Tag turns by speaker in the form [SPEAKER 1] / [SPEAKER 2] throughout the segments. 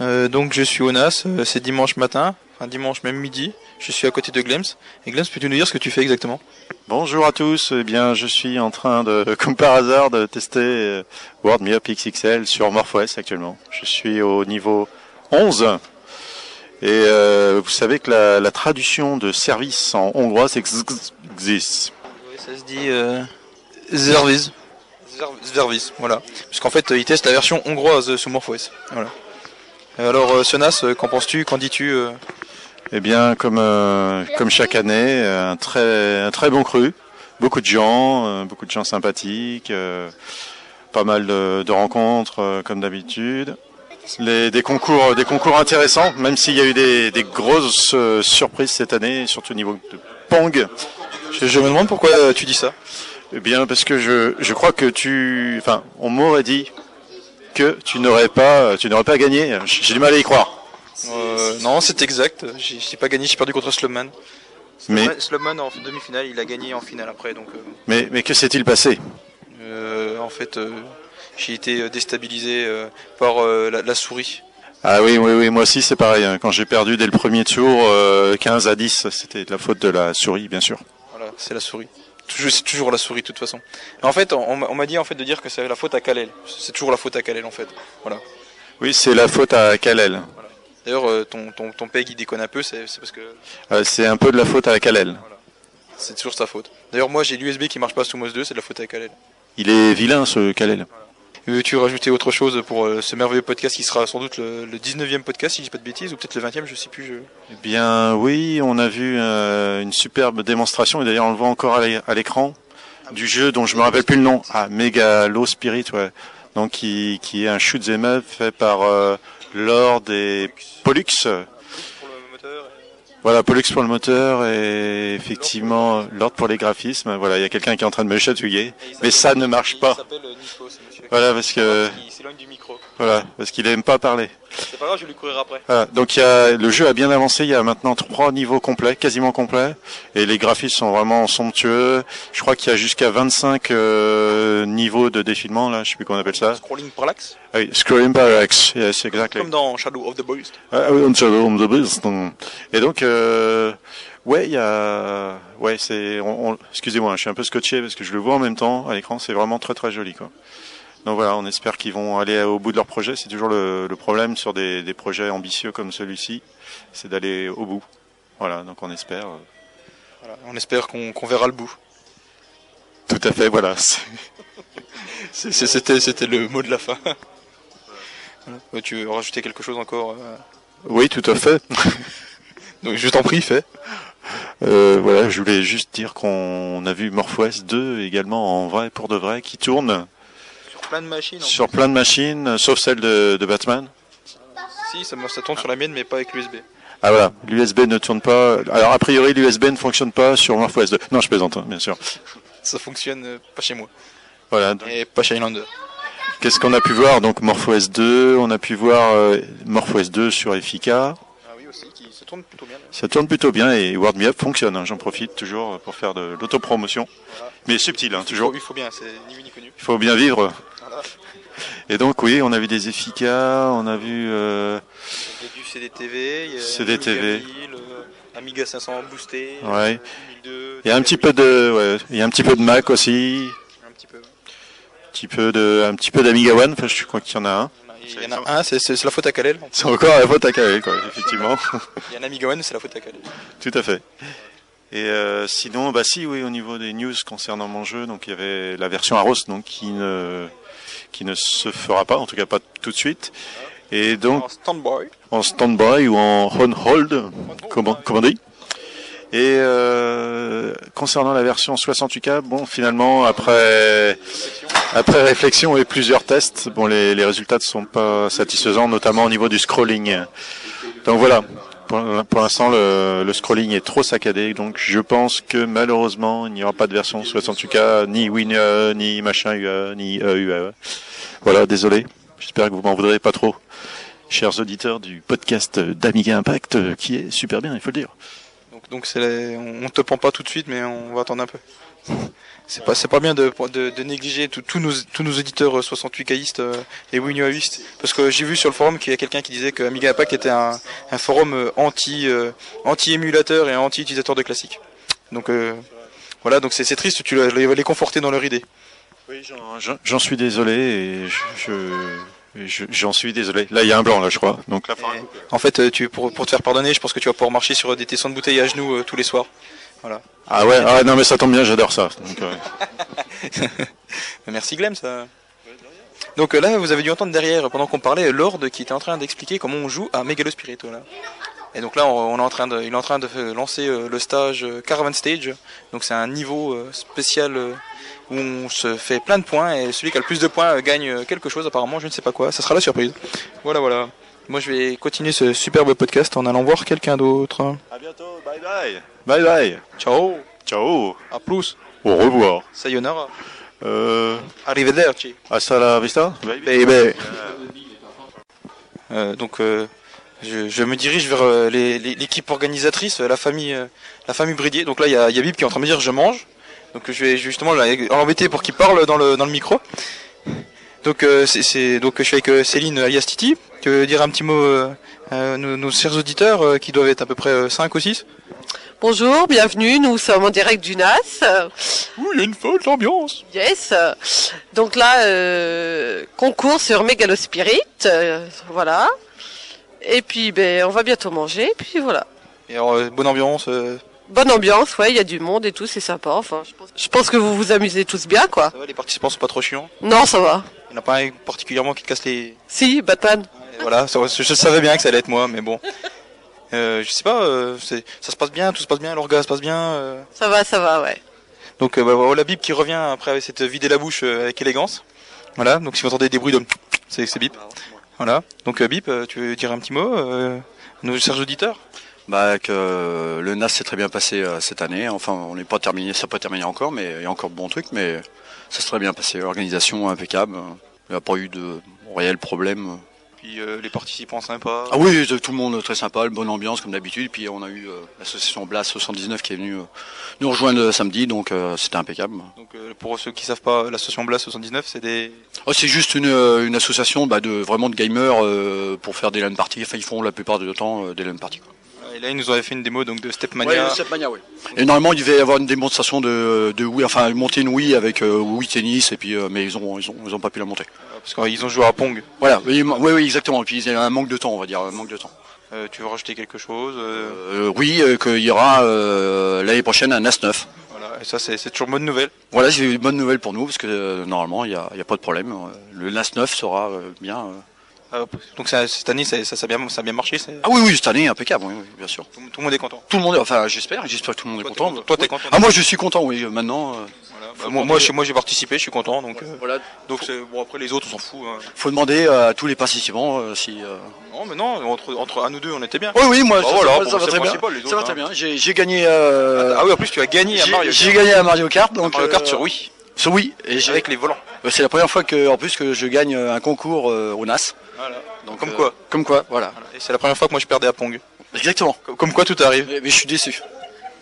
[SPEAKER 1] Euh, donc je suis Onas, euh, c'est dimanche matin, enfin dimanche même midi, je suis à côté de Glems. Et Glems, peux-tu nous dire ce que tu fais exactement
[SPEAKER 2] Bonjour à tous, eh bien je suis en train de, comme par hasard, de tester euh, World Myop XXL sur MorphOS actuellement. Je suis au niveau 11. Et euh, vous savez que la, la traduction de service en hongrois c'est existe.
[SPEAKER 1] Ça se dit euh, Zerviz. Zerviz, voilà. Parce qu'en fait, euh, ils testent la version hongroise sous MorphOS. Voilà. Euh, Alors, euh, Sonas, euh, qu'en penses-tu Qu'en dis-tu euh
[SPEAKER 2] Eh bien comme euh, comme chaque année, euh, un très un très bon cru, beaucoup de gens, euh, beaucoup de gens sympathiques, euh, pas mal de, de rencontres euh, comme d'habitude. Les, des concours, des concours intéressants, même s'il y a eu des, des grosses euh, surprises cette année, surtout au niveau de Pong.
[SPEAKER 1] je, je me demande pourquoi euh, tu dis ça.
[SPEAKER 2] Eh bien, parce que je, je crois que tu, enfin, on m'aurait dit que tu n'aurais pas, tu n'aurais pas gagné. J'ai du mal à y croire.
[SPEAKER 1] Euh, non, c'est exact. J'ai j'ai pas gagné, j'ai perdu contre Slumman.
[SPEAKER 2] Mais,
[SPEAKER 1] Slumman en demi-finale, il a gagné en finale après. Donc, euh,
[SPEAKER 2] mais, mais que s'est-il passé
[SPEAKER 1] euh, en fait, euh, j'ai été euh, déstabilisé euh, par euh, la, la souris.
[SPEAKER 2] Ah oui, oui, oui, moi aussi c'est pareil. hein. Quand j'ai perdu dès le premier tour, euh, 15 à 10, c'était de la faute de la souris, bien sûr.
[SPEAKER 1] Voilà, c'est la souris. Toujours- C'est toujours la souris de toute façon. En fait, on, on m'a- on m'a dit en fait de dire que c'est la faute à Kalel. C'est toujours la faute à Kalel en fait. Voilà.
[SPEAKER 2] Oui, c'est la faute à Kalel.
[SPEAKER 1] D'ailleurs, euh, ton, ton, ton Peg il déconne un peu, c'est c'est parce que
[SPEAKER 2] Euh, c'est un peu de la faute à Kalel.
[SPEAKER 1] c'est toujours sa faute. D'ailleurs, moi j'ai l'USB qui marche pas sous MOS 2, c'est de la faute à Kalel.
[SPEAKER 2] Il est vilain ce Kalel.
[SPEAKER 1] Veux-tu rajouter autre chose pour euh, ce merveilleux podcast qui sera sans doute le, le 19e podcast si je dis pas de bêtises, ou peut-être le 20e, je sais plus. Je...
[SPEAKER 2] Eh bien oui, on a vu euh, une superbe démonstration, et d'ailleurs on le voit encore à l'é- à l'écran, du jeu dont je me rappelle plus le nom. Ah, Megalo Spirit, ouais. Donc qui, qui est un shoot 'em up fait par euh, Lord et Pollux.
[SPEAKER 1] Pour le moteur.
[SPEAKER 2] Voilà, Pollux pour le moteur et effectivement Lord pour les graphismes. Voilà, il y a quelqu'un qui est en train de me chatouiller. Mais ça ne marche pas.
[SPEAKER 1] euh,
[SPEAKER 2] Voilà, parce que
[SPEAKER 1] Il s'éloigne du micro.
[SPEAKER 2] voilà, parce qu'il aime pas parler.
[SPEAKER 1] C'est pas grave, je vais lui courir après.
[SPEAKER 2] Voilà, donc il y a, le jeu a bien avancé, il y a maintenant trois niveaux complets, quasiment complets, et les graphismes sont vraiment somptueux. Je crois qu'il y a jusqu'à 25 euh, niveaux de défilement, là, je sais plus comment on appelle ça.
[SPEAKER 1] Scrolling par l'axe,
[SPEAKER 2] Ah oui, Scrolling Barracks, yes, exactly.
[SPEAKER 1] comme dans Shadow of the Beast.
[SPEAKER 2] Ah oui, on se on se brise, donc. Et donc, euh, ouais, il y a, ouais, c'est, on, on- excusez-moi, hein, je suis un peu scotché parce que je le vois en même temps à l'écran, c'est vraiment très très joli, quoi. Donc voilà, on espère qu'ils vont aller au bout de leur projet. C'est toujours le, le problème sur des, des projets ambitieux comme celui-ci, c'est d'aller au bout. Voilà, donc on espère. euh.
[SPEAKER 1] Voilà, on espère qu'on qu'on verra le bout.
[SPEAKER 2] Tout à fait, voilà. c'est-
[SPEAKER 1] C'est- c'est- C'était c'était le mot de la fin. Voilà. Euh, Tu veux rajouter quelque chose encore euh
[SPEAKER 2] Oui, tout à fait.
[SPEAKER 1] Donc, Je t'en prie, fais.
[SPEAKER 2] Euh, voilà, je voulais juste dire qu'on a vu MorphOS 2 également en vrai pour de vrai qui tourne
[SPEAKER 1] Sur plein de machines.
[SPEAKER 2] sur plein de machines, euh, sauf celle de, de Batman.
[SPEAKER 1] Si, ça, me- ça tourne sur la mienne, mais pas avec l'USB.
[SPEAKER 2] Ah voilà, l'USB ne tourne pas. Alors a priori l'USB ne fonctionne pas sur MorphOS 2. Non, je plaisante, hein, bien sûr.
[SPEAKER 1] Ça fonctionne euh, pas chez moi.
[SPEAKER 2] Voilà. donc,
[SPEAKER 1] Et pas chez Highlander.
[SPEAKER 2] Qu'est-ce qu'on a pu voir Donc MorphOS 2, on a pu voir euh, MorphOS 2 sur Effica.
[SPEAKER 1] Ah oui, aussi, qui se tourne plutôt bien.
[SPEAKER 2] Ça tourne plutôt bien et Word Me Up fonctionne. hein. J'en profite toujours pour faire de l'autopromotion, mais subtil hein, toujours.
[SPEAKER 1] Il faut bien, c'est ni vu ni connu.
[SPEAKER 2] Il faut bien vivre.
[SPEAKER 1] Voilà.
[SPEAKER 2] Et donc oui, on a vu des Effica, on a vu. euh,
[SPEAKER 1] Il y a du CDTV, il y a
[SPEAKER 2] CDTV.
[SPEAKER 1] Amiga 1000, euh, Amiga 500 boosté,
[SPEAKER 2] Ouais.
[SPEAKER 1] euh, 1002,
[SPEAKER 2] Il y a un petit peu de, ouais, il y a un petit peu de Mac aussi,
[SPEAKER 1] un petit peu.
[SPEAKER 2] un petit peu de, un petit peu d'Amiga One. Enfin, je crois qu'il y en a un.
[SPEAKER 1] Il y en a un, c'est c'est- c'est la faute à Kalel.
[SPEAKER 2] C'est encore la faute à Kael, quoi, effectivement.
[SPEAKER 1] Il y a un Amiga One, c'est la faute à Kalel.
[SPEAKER 2] Tout à fait. Et euh, sinon, bah si, oui, au niveau des news concernant mon jeu, donc il y avait la version Aros, donc qui ne qui ne se fera pas, en tout cas pas tout de suite. Et donc
[SPEAKER 1] En stand-by.
[SPEAKER 2] en stand-by ou en on hold, comment comment on dit Et euh, concernant la version 68K, bon, finalement après après réflexion et plusieurs tests, bon, les, les résultats ne sont pas satisfaisants, notamment au niveau du scrolling. Donc voilà. Pour, pour l'instant, le, le scrolling est trop saccadé, donc je pense que malheureusement, il n'y aura pas de version 68K, ni Win, euh, ni machin, UE, ni euh, UE. Voilà, désolé. J'espère que vous m'en voudrez pas trop, chers auditeurs du podcast d'Amiga Impact, euh, qui est super bien, il faut le dire.
[SPEAKER 1] Donc, donc c'est la- on, on te prend pas tout de suite, mais on va attendre un peu. c'est pas c'est pas bien de, de, de négliger tout- tous nos tous nos auditeurs 68 caïstes euh, et Winioaistes parce que j'ai vu sur le forum qu'il y a quelqu'un qui disait que Amiga Impact était un, un forum euh, anti anti émulateur et anti utilisateur de classiques. Donc euh, voilà, donc c'est c'est triste, tu les, les conforter dans leur idée.
[SPEAKER 2] Oui, j'en- j'en- j'en suis désolé et je- je- je- j'en suis désolé. Là, il y a un blanc, là, je crois. Donc là, faut un coup.
[SPEAKER 1] En fait, euh, tu pour, pour te faire pardonner, je pense que tu vas pouvoir marcher sur des tessons de bouteilles à genoux euh, tous les soirs.
[SPEAKER 2] ah ouais, ah, non, mais ça tombe bien, j'adore ça. Donc, euh,
[SPEAKER 1] Merci Glem, ça. Donc euh, là, vous avez dû entendre derrière, pendant qu'on parlait, Lord qui était en train d'expliquer comment on joue à Megalo Spirito. Là. Et donc là, on, on est en train de, il est en train de euh, lancer euh, le stage euh, Caravan Stage. Donc c'est un niveau euh, spécial euh, où on se fait plein de points et celui qui a le plus de points euh, gagne euh, quelque chose apparemment, je ne sais pas quoi. Ça sera la surprise. Voilà, voilà. Moi, je vais continuer ce superbe podcast en allant voir quelqu'un d'autre.
[SPEAKER 2] À bientôt, bye bye. Bye bye.
[SPEAKER 1] Ciao,
[SPEAKER 2] Ciao.
[SPEAKER 1] à plus,
[SPEAKER 2] Au revoir.
[SPEAKER 1] sayonara,
[SPEAKER 2] Euh,
[SPEAKER 1] arrivederci.
[SPEAKER 2] hasta la vista.
[SPEAKER 1] Bah Baby. Euh, donc euh, je, je me dirige vers euh, les- les- l'équipe organisatrice, euh, la famille, euh, la famille Bridier. Donc là il y a, il y a Bib qui est en train de me dire je mange. Donc euh, je vais je vais justement là, l'embêter pour qu'il parle dans le, dans le micro. Donc euh, c'est- c'est donc je suis avec euh, Céline alias Titi. Tu veux dire un petit mot euh, à nos, nos chers auditeurs euh, qui doivent être à peu près 5 ou 6
[SPEAKER 3] Bonjour, bienvenue, nous sommes en direct du NAS.
[SPEAKER 2] Ouh, il y a une folle ambiance.
[SPEAKER 3] Yes. Donc là, euh, concours sur Megalospirit. euh, voilà. Et puis, ben, on va bientôt manger. Puis voilà.
[SPEAKER 1] Et alors euh, bonne ambiance. euh,
[SPEAKER 3] Bonne ambiance, ouais, il y a du monde et tout, c'est sympa. Enfin, je pense, je pense que vous vous amusez tous bien, quoi.
[SPEAKER 1] ça va, les participants sont pas trop chiants.
[SPEAKER 3] Non, ça va.
[SPEAKER 1] Il n'y en a pas un particulièrement qui te casse les
[SPEAKER 3] Si, Batman.
[SPEAKER 1] Et voilà, ça- je, je savais bien que ça allait être moi, mais bon. Euh, je sais pas, euh, c'est- ça se passe bien, tout se passe bien, l'orga se passe bien. euh.
[SPEAKER 3] Ça va, ça va, Ah ouais.
[SPEAKER 1] Donc euh, bah, voilà, la bip qui revient après avec cette vider la bouche euh, avec élégance. Voilà, donc si vous entendez des bruits de... C'est c'est bip. Voilà, donc euh, bip, euh, tu veux dire un petit mot euh, à nos chers auditeurs
[SPEAKER 4] Bah, que euh, le NAS s'est très bien passé euh, cette année. Enfin, on n'est pas terminé, ça n'a pas terminé encore, mais il y a encore de bons trucs, mais ça s'est très bien passé. L'organisation impeccable. Il n'y a pas eu de réel problème.
[SPEAKER 1] Puis euh, les participants sympas.
[SPEAKER 4] Ah oui, de- tout le monde très sympa, une bonne ambiance comme d'habitude. Puis on a eu euh, l'association Blas 79 qui est venue euh, nous rejoindre euh, samedi, donc euh, c'était impeccable.
[SPEAKER 1] Donc euh, pour ceux qui savent pas, l'association Blast 79, c'est des...
[SPEAKER 4] Oh, c'est juste une, euh, une association bah, de vraiment de gamers euh, pour faire des LAN parties. Enfin, ils font la plupart du temps euh, des LAN parties. quoi.
[SPEAKER 1] Et là, ils nous avaient fait une démo donc de
[SPEAKER 4] Ouais,
[SPEAKER 1] Stepmania.
[SPEAKER 4] le Stepmania, ouais. Et normalement, il devait y avoir une démonstration de, de Wii, enfin, monter une Wii avec euh, Wii Tennis, et puis, euh, mais ils ont, ils ont, ils ont pas pu la monter.
[SPEAKER 1] parce qu'ils ont joué à Pong.
[SPEAKER 4] Voilà. Oui, oui, oui, exactement. Et puis, il y a un manque de temps, on va dire, un manque de temps.
[SPEAKER 1] Euh, tu veux rajouter quelque chose euh,
[SPEAKER 4] Euh, oui, euh, qu'il y aura, euh, l'année prochaine un NAS 9.
[SPEAKER 1] Voilà, et ça c'est c'est toujours bonne nouvelle.
[SPEAKER 4] Voilà, c'est une bonne nouvelle pour nous, parce que, euh, normalement, il y a, il y a pas de problème. Le NAS 9 sera euh, bien, euh.
[SPEAKER 1] Ah, Donc ça, cette année, ça, ça, ça a bien, ça a bien marché. c'est-
[SPEAKER 4] Ah oui, oui, cette année, impeccable, oui, oui, bien sûr.
[SPEAKER 1] Tout, tout le monde est content.
[SPEAKER 4] Tout le monde, est- enfin, j'espère, j'espère que tout le monde est
[SPEAKER 1] Toi, t'es
[SPEAKER 4] content.
[SPEAKER 1] content. Toi, t'es
[SPEAKER 4] Oui.
[SPEAKER 1] content.
[SPEAKER 4] Ah, moi, je suis content, oui, maintenant, euh,
[SPEAKER 1] Voilà. bah,
[SPEAKER 4] Faut
[SPEAKER 1] moi,
[SPEAKER 4] demander-
[SPEAKER 1] moi, je- moi, j'ai participé, je suis content. Donc, euh,
[SPEAKER 4] voilà.
[SPEAKER 1] donc c'est- bon, après les autres, on s'en fout. hein.
[SPEAKER 4] Faut demander à tous les participants euh, si, euh,
[SPEAKER 1] Non, mais non, entre, entre à nous deux, on était bien.
[SPEAKER 4] Oui, oui, moi,
[SPEAKER 1] Bah
[SPEAKER 4] ça,
[SPEAKER 1] voilà,
[SPEAKER 4] ça-
[SPEAKER 1] bon,
[SPEAKER 4] ça va
[SPEAKER 1] c'est
[SPEAKER 4] très bien.
[SPEAKER 1] principal, les autres,
[SPEAKER 4] ça va
[SPEAKER 1] hein.
[SPEAKER 4] très bien. J'ai j'ai gagné, euh,
[SPEAKER 1] Ah oui, en plus, tu as gagné à
[SPEAKER 4] j'ai-
[SPEAKER 1] Mario.
[SPEAKER 4] j'ai gagné à Mario Kart. Donc,
[SPEAKER 1] Mario Kart
[SPEAKER 4] euh,
[SPEAKER 1] sur Wii,
[SPEAKER 4] Sur Wii. Et j'ai-
[SPEAKER 1] avec les volants.
[SPEAKER 4] euh, C'est la première fois que, en plus, que je gagne euh, un concours euh, au NAS.
[SPEAKER 1] Voilà.
[SPEAKER 4] Donc,
[SPEAKER 1] Comme
[SPEAKER 4] euh,
[SPEAKER 1] quoi.
[SPEAKER 4] Comme quoi, voilà.
[SPEAKER 1] Voilà. Et c'est la première fois que moi je perdais à Pong.
[SPEAKER 4] Exactement.
[SPEAKER 1] Comme, comme quoi, tout arrive.
[SPEAKER 4] Mais, mais je suis déçu.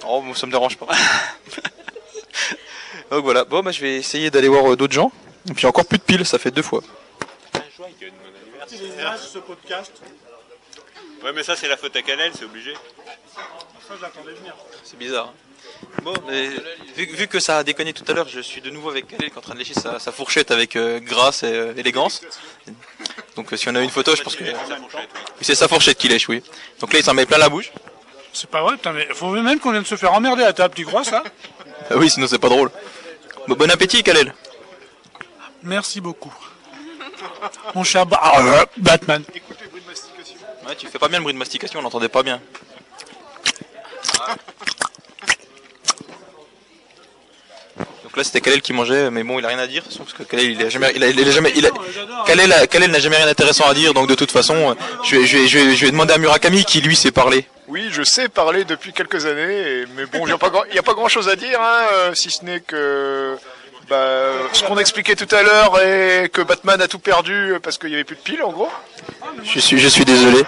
[SPEAKER 1] Oh, bon, ça me dérange pas. donc voilà. Bon, bah, je vais essayer d'aller voir euh, d'autres gens. Et puis encore plus de piles, ça fait deux fois.
[SPEAKER 5] ce podcast.
[SPEAKER 6] Ouais, mais ça, c'est la faute à Canel, c'est obligé.
[SPEAKER 1] C'est bizarre. hein. Bon, mais vu, vu que ça a déconné tout à l'heure, je suis de nouveau avec Khaled qui est en train de lécher sa, sa fourchette avec euh, grâce et euh, élégance. Donc euh, si on a une photo, je pense que c'est sa fourchette qui lèche, oui. Donc là, il s'en met plein la bouche.
[SPEAKER 5] C'est pas vrai, putain, mais faut même qu'on vienne se faire emmerder à table, tu crois ça
[SPEAKER 1] Ah oui, sinon c'est pas drôle. Bon, bon appétit, Khaled.
[SPEAKER 5] Merci beaucoup. Mon cher Ba- Ah, euh, Batman.
[SPEAKER 1] Ouais, tu fais pas bien le bruit de mastication, on l'entendait pas bien. Donc là, c'était Khaled qui mangeait, mais bon, il a rien à dire, de toute façon, parce que Khaled, il a jamais, il a, il a jamais, il a- Khaled, a- Khaled n'a jamais rien d'intéressant à dire, donc de toute façon, euh, je vais, je vais, je vais, je vais demander à Murakami qui lui sait parler.
[SPEAKER 7] Oui, je sais parler depuis quelques années, et- mais bon, il n'y a pas grand- il y a pas grand-chose à dire, hein, euh, si ce n'est que bah, ce qu'on expliquait tout à l'heure et que Batman a tout perdu parce qu'il n'y avait plus de piles, en gros.
[SPEAKER 1] Je suis, je suis désolé.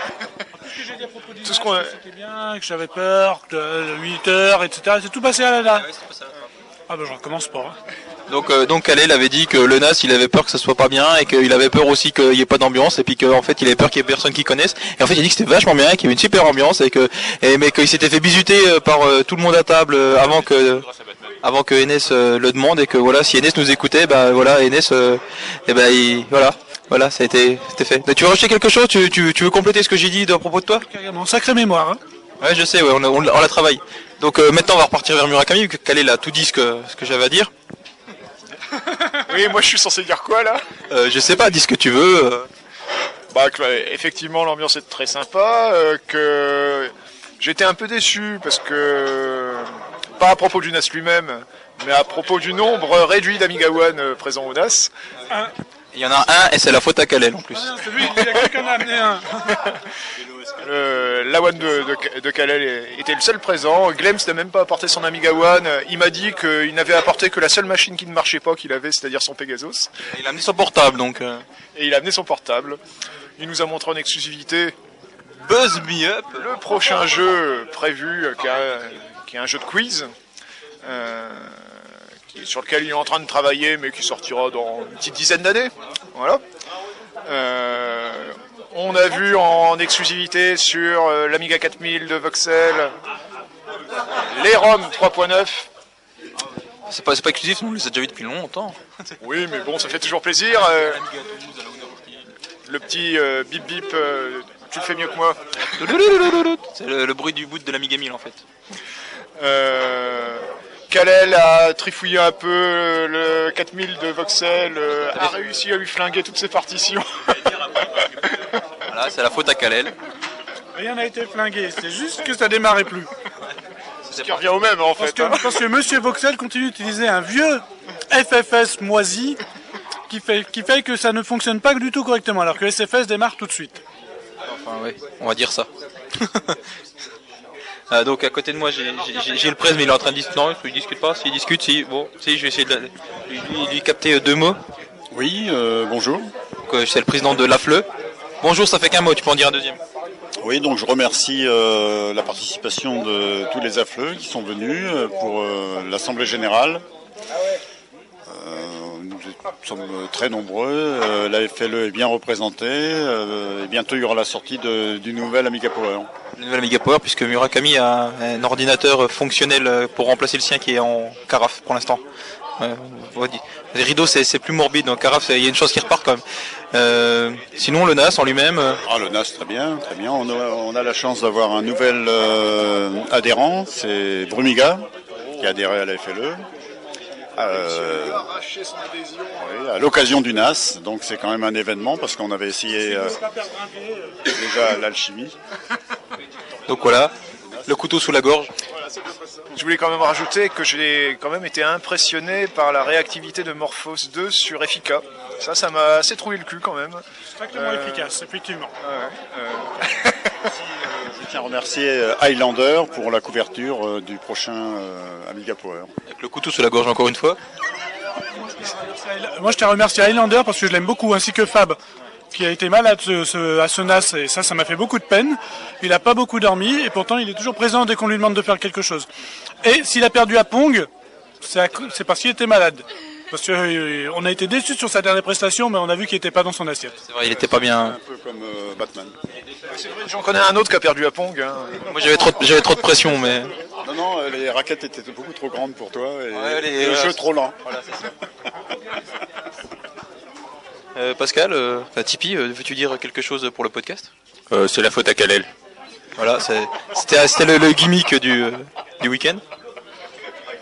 [SPEAKER 7] Tout ce qu'on a-
[SPEAKER 5] euh, C'était bien, que j'avais peur, que 8 heures, etc. C'est tout passé à la là. Ah ben je recommence pas. hein.
[SPEAKER 1] Donc, euh, donc Kalel avait dit que le NAS, il avait peur que ça soit pas bien et qu'il avait peur aussi qu'il n'y ait pas d'ambiance et puis qu'en fait, il avait peur qu'il y ait personne qui connaisse. Et en fait, il a dit que c'était vachement bien, qu'il y avait une super ambiance et que, et, mais qu'il s'était fait bisuter euh, par euh, tout le monde à table euh, avant que,
[SPEAKER 6] Grâce à Batman.
[SPEAKER 1] avant que Enes euh, le demande et que voilà, si Enes nous écoutait, bah voilà, Enes, euh, eh ben il- voilà, voilà, ça a été, c'était fait. Mais tu veux rajouter quelque chose tu, tu, tu veux compléter ce que j'ai dit de- à propos de toi
[SPEAKER 5] Carrément, sacrée mémoire. hein.
[SPEAKER 1] Ouais, je sais, ouais, on, a- on, l'a- on la travaille. Donc euh, maintenant, on va repartir vers Murakami, vu que Kalel a tout dit ce que, ce que j'avais à dire.
[SPEAKER 7] Oui, moi je suis censé dire quoi là
[SPEAKER 1] Euh, je sais pas, dis ce que tu veux. euh.
[SPEAKER 7] Bah que, ouais, effectivement l'ambiance est très sympa, euh, que j'étais un peu déçu parce que pas à propos du NAS lui-même, mais à propos du nombre réduit d'Amigawan euh, présents au NAS.
[SPEAKER 1] Il y en a un et c'est la faute à Kalel en plus.
[SPEAKER 5] Ah, c'est lui, Ah, il y a quelqu'un hein. qui en a amené un.
[SPEAKER 7] Le- L'Awan de, de, de Kalel est- était le seul présent. Glems n'a même pas apporté son Amigawan. Il m'a dit qu'il n'avait apporté que la seule machine qui ne marchait pas qu'il avait, c'est-à-dire son Pegasus.
[SPEAKER 1] Il a amené son portable donc. euh,
[SPEAKER 7] Et il a amené son portable. Il nous a montré en exclusivité
[SPEAKER 1] Buzz Me Up.
[SPEAKER 7] Le prochain jeu prévu, euh, qui, a- qui est un jeu de quiz, euh, qui- sur lequel il est en train de travailler, mais qui sortira dans une petite dizaine d'années. Voilà. Euh, on a vu en exclusivité sur euh, l'Amiga 4000 de Voxel les ROM 3.9.
[SPEAKER 1] C'est pas, c'est pas exclusif, on les a déjà vus depuis longtemps.
[SPEAKER 7] Oui, mais bon, ça fait toujours plaisir. euh, le petit euh, bip bip, euh, tu le fais mieux que moi.
[SPEAKER 1] C'est le, le bruit du boot de l'Amiga 1000 en fait.
[SPEAKER 7] Euh, Kalel a trifouillé un peu euh, le 4000 de Voxel, euh, a réussi à lui flinguer toutes ses partitions.
[SPEAKER 1] Voilà, c'est la faute à Kalel.
[SPEAKER 5] Rien n'a été flingué, c'est juste que ça démarrait plus.
[SPEAKER 7] Ce qui revient au même en
[SPEAKER 5] Parce
[SPEAKER 7] fait. hein.
[SPEAKER 5] que, parce que Monsieur Voxel continue d'utiliser un vieux FFS moisi qui fait, qui fait que ça ne fonctionne pas du tout correctement, alors que SFS démarre tout de suite.
[SPEAKER 1] Enfin ouais, on va dire ça. Ah, donc à côté de moi j'ai j'ai- j'ai- j'ai le presse mais il est en train de discuter. Non, il discute pas. S'il discute, si bon, si je vais essayer de la- lui, lui- lui capter euh, deux mots.
[SPEAKER 4] Oui, euh, bonjour.
[SPEAKER 1] Donc, euh, c'est le président de l'AFLE. Bonjour, ça fait qu'un mot. Tu peux en dire un deuxième.
[SPEAKER 8] Oui, donc je remercie euh, la participation de tous les affleux qui sont venus euh, pour euh, l'Assemblée Générale. Euh, nous sommes très nombreux, euh, la FLE est bien représentée, euh, et bientôt il y aura la sortie de- du nouvel Amiga Power.
[SPEAKER 1] Le nouvel Amiga Power puisque Murakami a un ordinateur euh, fonctionnel euh, pour remplacer le sien qui est en carafe pour l'instant. Euh, on va dire- les rideaux c'est c'est plus morbide donc carafe c'est- il y a une chose qui repart quand même. Euh, sinon le NAS en lui-même euh,
[SPEAKER 8] Ah, le NAS, très bien, très bien. On a, on a la chance d'avoir un nouvel euh, adhérent, c'est Brumiga, qui a adhéré à la FLE. Euh, oui, à l'occasion du NAS, donc c'est quand même un événement parce qu'on avait essayé euh, déjà l'alchimie.
[SPEAKER 1] donc voilà le couteau sous la gorge.
[SPEAKER 7] Je voulais quand même rajouter que j'ai quand même été impressionné par la réactivité de Morphos 2 sur FIK. Ça, ça m'a assez trouvé le cul quand même.
[SPEAKER 5] Sacrément
[SPEAKER 7] Euh,
[SPEAKER 5] efficace, effectivement.
[SPEAKER 8] Je tiens à remercier euh, Highlander pour la couverture euh, du prochain euh, Amiga Power.
[SPEAKER 1] Avec le couteau sous la gorge encore une fois.
[SPEAKER 5] Moi, je tiens à remercier Highlander parce que je l'aime beaucoup, ainsi que Fab, qui a été malade ce- ce- à ce NAS, et ça, ça m'a fait beaucoup de peine. Il n'a pas beaucoup dormi, et pourtant, il est toujours présent dès qu'on lui demande de faire quelque chose. Et s'il a perdu à Pong, c'est à cou- c'est parce qu'il était malade. Parce qu'on a été déçus sur sa dernière prestation, mais on a vu qu'il n'était pas dans son assiette.
[SPEAKER 1] C'est vrai il était pas bien.
[SPEAKER 8] Un peu comme euh, Batman.
[SPEAKER 7] J'en connais un autre qui a perdu à Pong. hein.
[SPEAKER 1] Moi j'avais trop de- j'avais trop de pression mais
[SPEAKER 8] Non, non, euh, les raquettes étaient beaucoup trop grandes pour toi et,
[SPEAKER 1] Ouais, les-
[SPEAKER 8] et le
[SPEAKER 1] voilà,
[SPEAKER 8] jeu
[SPEAKER 1] c'est-
[SPEAKER 8] trop lent.
[SPEAKER 1] Euh, Pascal euh, enfin, Tipeee euh, veux-tu dire quelque chose pour le podcast
[SPEAKER 9] Euh,
[SPEAKER 10] c'est la faute à Kalel.
[SPEAKER 1] Voilà c'est- c'était c'était le, le gimmick du euh, du week-end.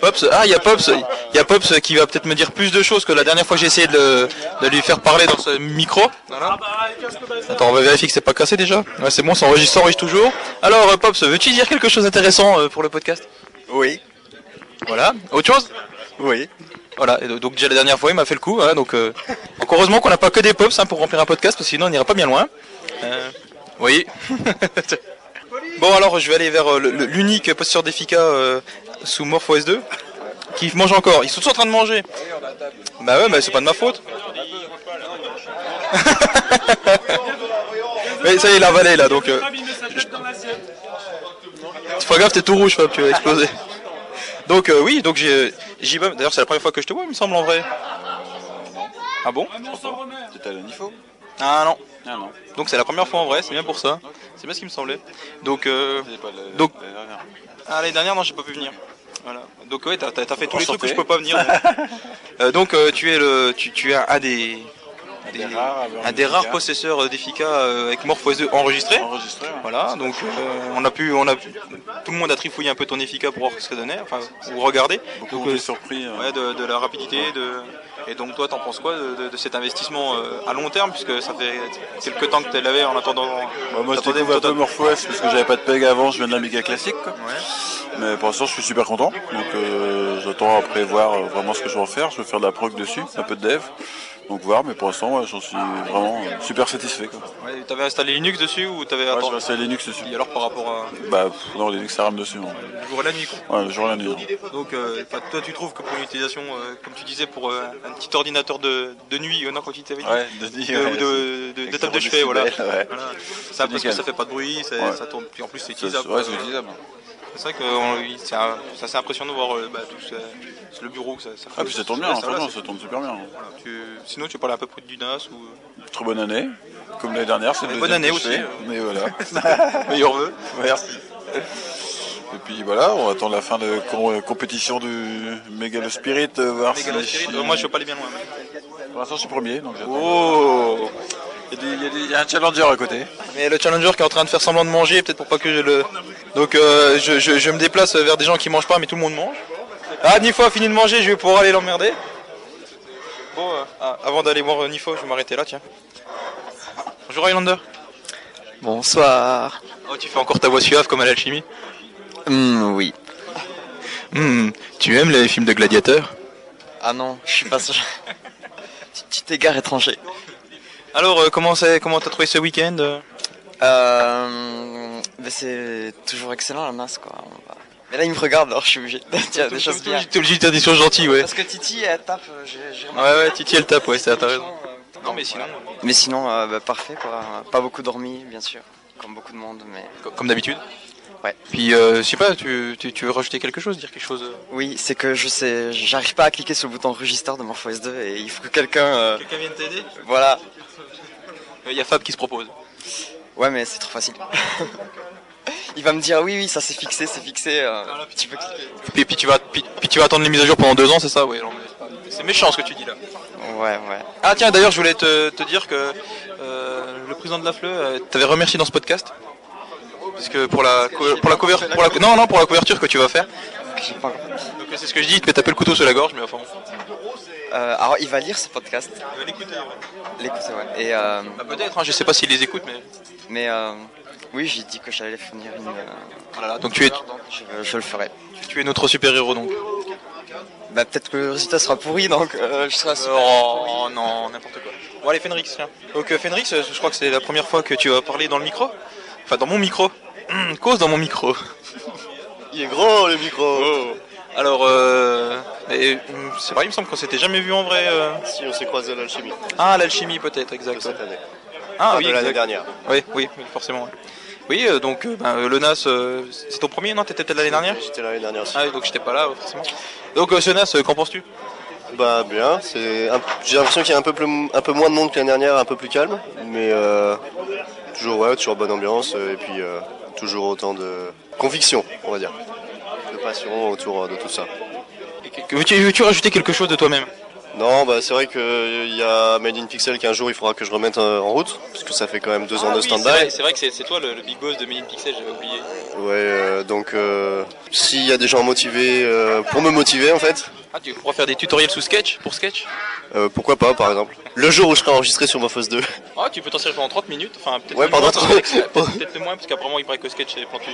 [SPEAKER 1] Pops, ah, il y a Pops, il y a Pops qui va peut-être me dire plus de choses que la dernière fois que j'ai essayé de, le- de lui faire parler dans ce micro. Attends, on va vérifier que c'est pas cassé déjà. Ouais, c'est bon, ça enregistre, ça enregistre toujours. Alors, euh, Pops, veux-tu dire quelque chose d'intéressant euh, pour le podcast
[SPEAKER 8] Oui,
[SPEAKER 1] Voilà. Autre chose
[SPEAKER 8] oui.
[SPEAKER 1] Voilà. et donc déjà la dernière fois, il m'a fait le coup. voilà, donc, euh, donc, heureusement qu'on n'a pas que des Pops hein, pour remplir un podcast, parce que sinon on n'ira pas bien loin. Euh, oui. bon, alors je vais aller vers euh, le- le- l'unique posture d'Effica euh, sous Morpho S2 qui mange encore. Ils sont tous en train de manger. Bah ouais, mais c'est pas de ma faute. Mais ça y est, il a avalé là, donc. Euh, c'est pas grave, t'es tout rouge, Fab, tu vas exploser. Donc euh, oui, donc j'ai j'y vais. D'ailleurs, c'est la première fois que je te vois, il me semble en vrai. Ah bon
[SPEAKER 4] C'était à l'IFO
[SPEAKER 1] Ah non.
[SPEAKER 4] Ah non,
[SPEAKER 1] Donc c'est la première fois en vrai, c'est bien pour ça. C'est bien ce qui me semblait. Donc euh,
[SPEAKER 4] c'était pas la-
[SPEAKER 1] Donc-
[SPEAKER 4] la dernière.
[SPEAKER 1] ah, l'année dernière, non, j'ai pas pu venir. Voilà. Donc ouais, t'as, t'as- t'as fait tous les trucs
[SPEAKER 4] Enchanté.
[SPEAKER 1] que je peux pas venir. Euh, donc euh, tu es le, tu, tu es un des, des-
[SPEAKER 4] des rares à avoir
[SPEAKER 1] un des
[SPEAKER 4] une
[SPEAKER 1] raires
[SPEAKER 4] Epica.
[SPEAKER 1] possesseurs d'Effica euh, avec Morphose 2 enregistré.
[SPEAKER 4] Enregistré, ouais.
[SPEAKER 1] Voilà, donc euh, on a pu, on a, tout le monde a trifouillé un peu ton efficace pour voir ce que ça donnait, enfin, ou regarder.
[SPEAKER 4] Beaucoup
[SPEAKER 1] Donc,
[SPEAKER 4] ont
[SPEAKER 1] euh,
[SPEAKER 4] été surpris. euh,
[SPEAKER 1] Ouais, de, de la rapidité, de... et donc toi, t'en penses quoi de, de- de cet investissement euh, à long terme, puisque ça fait quelques temps que tu l'avais en attendant.
[SPEAKER 4] Bah, moi je
[SPEAKER 1] t'attendais-
[SPEAKER 4] découvre un peu
[SPEAKER 1] t'attendais-
[SPEAKER 4] MorphOS parce que j'avais pas de peg avant, je viens de la méga classique quoi.
[SPEAKER 1] Ouais.
[SPEAKER 4] Mais pour l'instant je suis super content. Donc euh, j'attends après voir euh, vraiment ce que je vais en faire. Je vais faire de la proc dessus, un peu de dev. Donc voir, mais pour l'instant ouais, j'en suis vraiment euh, super satisfait quoi.
[SPEAKER 1] Ouais, t'avais installé Linux dessus ou t'avais
[SPEAKER 4] Ouais, je vais
[SPEAKER 1] attendu
[SPEAKER 4] installer Linux dessus.
[SPEAKER 1] Et alors par rapport à
[SPEAKER 4] Bah pff, non Linux ça rame dessus. hein.
[SPEAKER 1] du jour à la nuit quoi.
[SPEAKER 4] Ouais, le jour et la nuit. hein.
[SPEAKER 1] Donc euh, enfin, toi tu trouves que pour une utilisation euh, comme tu disais pour euh, un petit ordinateur de, de nuit euh, non quand tu t'avais dit
[SPEAKER 4] Ouais, de nuit,
[SPEAKER 1] euh,
[SPEAKER 4] ouais,
[SPEAKER 1] ou de, de- de
[SPEAKER 4] c'est-
[SPEAKER 1] table de
[SPEAKER 4] c'est
[SPEAKER 1] chevet voilà.
[SPEAKER 4] ouais.
[SPEAKER 1] Voilà. Ça parce que
[SPEAKER 4] nickel.
[SPEAKER 1] ça fait pas de bruit, ça,
[SPEAKER 4] Ouais.
[SPEAKER 1] ça tourne puis en plus c'est
[SPEAKER 4] C'est
[SPEAKER 1] utilisable.
[SPEAKER 4] ouais, c'est utilisable.
[SPEAKER 1] C'est vrai que euh, on- il- c'est un- c'est assez impressionnant de voir euh, bah, tout ce- c'est le bureau que ça, ça fait.
[SPEAKER 4] Ah puis ça tourne bien,
[SPEAKER 1] Ouais,
[SPEAKER 4] hein,
[SPEAKER 1] ça, voilà,
[SPEAKER 4] franchement
[SPEAKER 1] c'est-
[SPEAKER 4] ça tourne super bien.
[SPEAKER 1] voilà. Tu- Sinon tu parlais à peu près du NAS ou
[SPEAKER 4] Très bonne année. Comme l'année dernière, c'est le
[SPEAKER 1] Bonne
[SPEAKER 4] deuxième
[SPEAKER 1] année
[SPEAKER 4] que je
[SPEAKER 1] aussi,
[SPEAKER 4] fais.
[SPEAKER 1] euh.
[SPEAKER 4] Mais voilà.
[SPEAKER 1] meilleur vœu.
[SPEAKER 4] Merci. Et puis voilà, on attend la fin de com- euh, compétition du Megalo Spirit, euh, voir si
[SPEAKER 1] Mégalo
[SPEAKER 4] les
[SPEAKER 1] Spirit,
[SPEAKER 4] chi-
[SPEAKER 1] euh, Moi je veux pas aller bien loin.
[SPEAKER 4] Pour l'instant, je suis premier, donc j'attends.
[SPEAKER 1] Oh
[SPEAKER 4] Il y a des- il y, a des- il y a un challenger à côté.
[SPEAKER 1] Mais le challenger qui est en train de faire semblant de manger, peut-être pour pas que je le. Donc euh, je, je- je me déplace vers des gens qui mangent pas, mais tout le monde mange. Ah, Nifo a fini de manger, je vais pouvoir aller l'emmerder. Bon, euh, ah, avant d'aller voir euh, Nifo, je vais m'arrêter là, tiens. Bonjour Highlander.
[SPEAKER 10] Bonsoir.
[SPEAKER 1] Oh, tu fais encore ta voix suave comme à l'alchimie.
[SPEAKER 10] Hmm, oui.
[SPEAKER 1] Hmm, tu aimes les films de gladiateurs
[SPEAKER 10] Ah non, je suis pas sûr. Petit- Petit égard étranger.
[SPEAKER 1] Alors, euh, comment c'est, comment t'as trouvé ce week-end euh
[SPEAKER 10] Euh, mais c'est toujours excellent la masse quoi. On va- Mais là il me regarde alors je suis obligé de dire des choses bien.
[SPEAKER 1] T'es obligé de dire des choses gentilles, ouais.
[SPEAKER 10] Parce que Titi elle tape, euh, j'ai j'ai
[SPEAKER 1] Ouais,
[SPEAKER 10] remarqué.
[SPEAKER 1] ouais, Titi, elle tape, ouais, c'est t'as raison.
[SPEAKER 10] Euh,
[SPEAKER 1] Non, mais sinon,
[SPEAKER 10] Mais sinon euh, bah, parfait quoi. Pas beaucoup dormi bien sûr, comme beaucoup de monde mais.
[SPEAKER 1] co- comme d'habitude.
[SPEAKER 10] Ouais.
[SPEAKER 1] Puis, euh, je sais pas, tu, tu, tu veux rajouter quelque chose, dire quelque chose euh
[SPEAKER 10] Oui, c'est que je sais, j'arrive pas à cliquer sur le bouton register de MorphOS 2 et il faut que quelqu'un. euh,
[SPEAKER 1] Quelqu'un vient de t'aider
[SPEAKER 10] Voilà.
[SPEAKER 1] Il Euh, y a Fab qui se propose.
[SPEAKER 10] Ouais, mais c'est trop facile. il va me dire oui, oui, ça c'est fixé, c'est fixé. euh, tu peux cliquer.
[SPEAKER 1] Puis, puis tu vas, puis, puis tu vas attendre les mises à jour pendant deux ans, c'est ça Oui. C'est méchant ce que tu dis là.
[SPEAKER 10] Ouais, ouais.
[SPEAKER 1] Ah tiens, d'ailleurs, je voulais te, te dire que euh, le président de la FLE euh, t'avait remercié dans ce podcast. Parce que pour la, co- pour la couverture, pour la, non, non, pour la couverture que tu vas faire.
[SPEAKER 10] J'ai pas encore-
[SPEAKER 1] Donc, c'est ce que je dis, il te met taper le couteau sur la gorge, mais enfin.
[SPEAKER 10] Euh, alors, il va lire ce podcast,
[SPEAKER 1] Il va l'écouter,
[SPEAKER 10] l'écouter, ouais. Et, euh,
[SPEAKER 1] Bah, peut-être, hein, je sais pas s'il les écoute, mais.
[SPEAKER 10] mais euh, oui, j'ai dit que j'allais fournir une. euh,
[SPEAKER 1] Voilà, Ah donc tu es,
[SPEAKER 10] je, je le ferai.
[SPEAKER 1] tu es notre super héros donc.
[SPEAKER 10] Bah, peut-être que le résultat sera pourri, donc euh, je serai.
[SPEAKER 1] Oh non, n'importe quoi. Bon allez Fenrix, tiens. Donc euh, Fenrix, euh, je crois que c'est la première fois que tu vas parler dans le micro. Enfin dans mon micro. Hum, cause dans mon micro.
[SPEAKER 8] Il est gros le micro.
[SPEAKER 1] Oh. Alors euh, et, hum, c'est vrai, il me semble qu'on s'était jamais vu en vrai. euh.
[SPEAKER 8] Si on s'est croisé à l'alchimie
[SPEAKER 1] Ah l'alchimie peut-être,
[SPEAKER 8] de
[SPEAKER 1] exact.
[SPEAKER 8] cette année,
[SPEAKER 1] Ah
[SPEAKER 8] Enfin,
[SPEAKER 1] oui,
[SPEAKER 8] de l'année
[SPEAKER 1] exact.
[SPEAKER 8] dernière.
[SPEAKER 1] Oui, oui, oui, forcément. ouais. Oui, euh, donc euh, ben, euh, le NAS, euh, c'est ton premier, non T'étais peut-être l'année dernière
[SPEAKER 8] J'étais l'année dernière aussi.
[SPEAKER 1] Ah oui, donc j'étais pas là, ouais, forcément. Donc euh, ce NAS, euh, qu'en penses-tu
[SPEAKER 8] Bah bien, c'est un- j'ai l'impression qu'il y a un peu, plus- un peu moins de monde que l'année dernière, un peu plus calme, mais euh, toujours ouais, toujours bonne ambiance euh, et puis euh, toujours autant de conviction, on va dire, de passion autour euh, de tout ça.
[SPEAKER 1] Que- Veux-tu veux-tu rajouter quelque chose de toi-même
[SPEAKER 8] Non, bah c'est vrai qu'il y a Made in Pixel qu'un jour il faudra que je remette euh, en route, parce que ça fait quand même deux ans de stand-by.
[SPEAKER 1] Ah C'est vrai que c'est toi le, big boss de Mini Pixel, j'avais oublié.
[SPEAKER 8] Ouais, euh, donc euh, s'il y a des gens motivés, euh, pour me motiver en fait,
[SPEAKER 1] Ah, tu pourras faire des tutoriels sous Sketch pour Sketch
[SPEAKER 8] euh, pourquoi pas par exemple. Le jour où je serai enregistré sur ma fausse 2.
[SPEAKER 1] Ah, tu peux t'en servir pendant 30 minutes, enfin peut-être
[SPEAKER 8] Ouais,
[SPEAKER 1] même moins,
[SPEAKER 8] pendant 30
[SPEAKER 1] peut-être- peut-être moins parce qu'apparemment il paraît que Sketch est planté.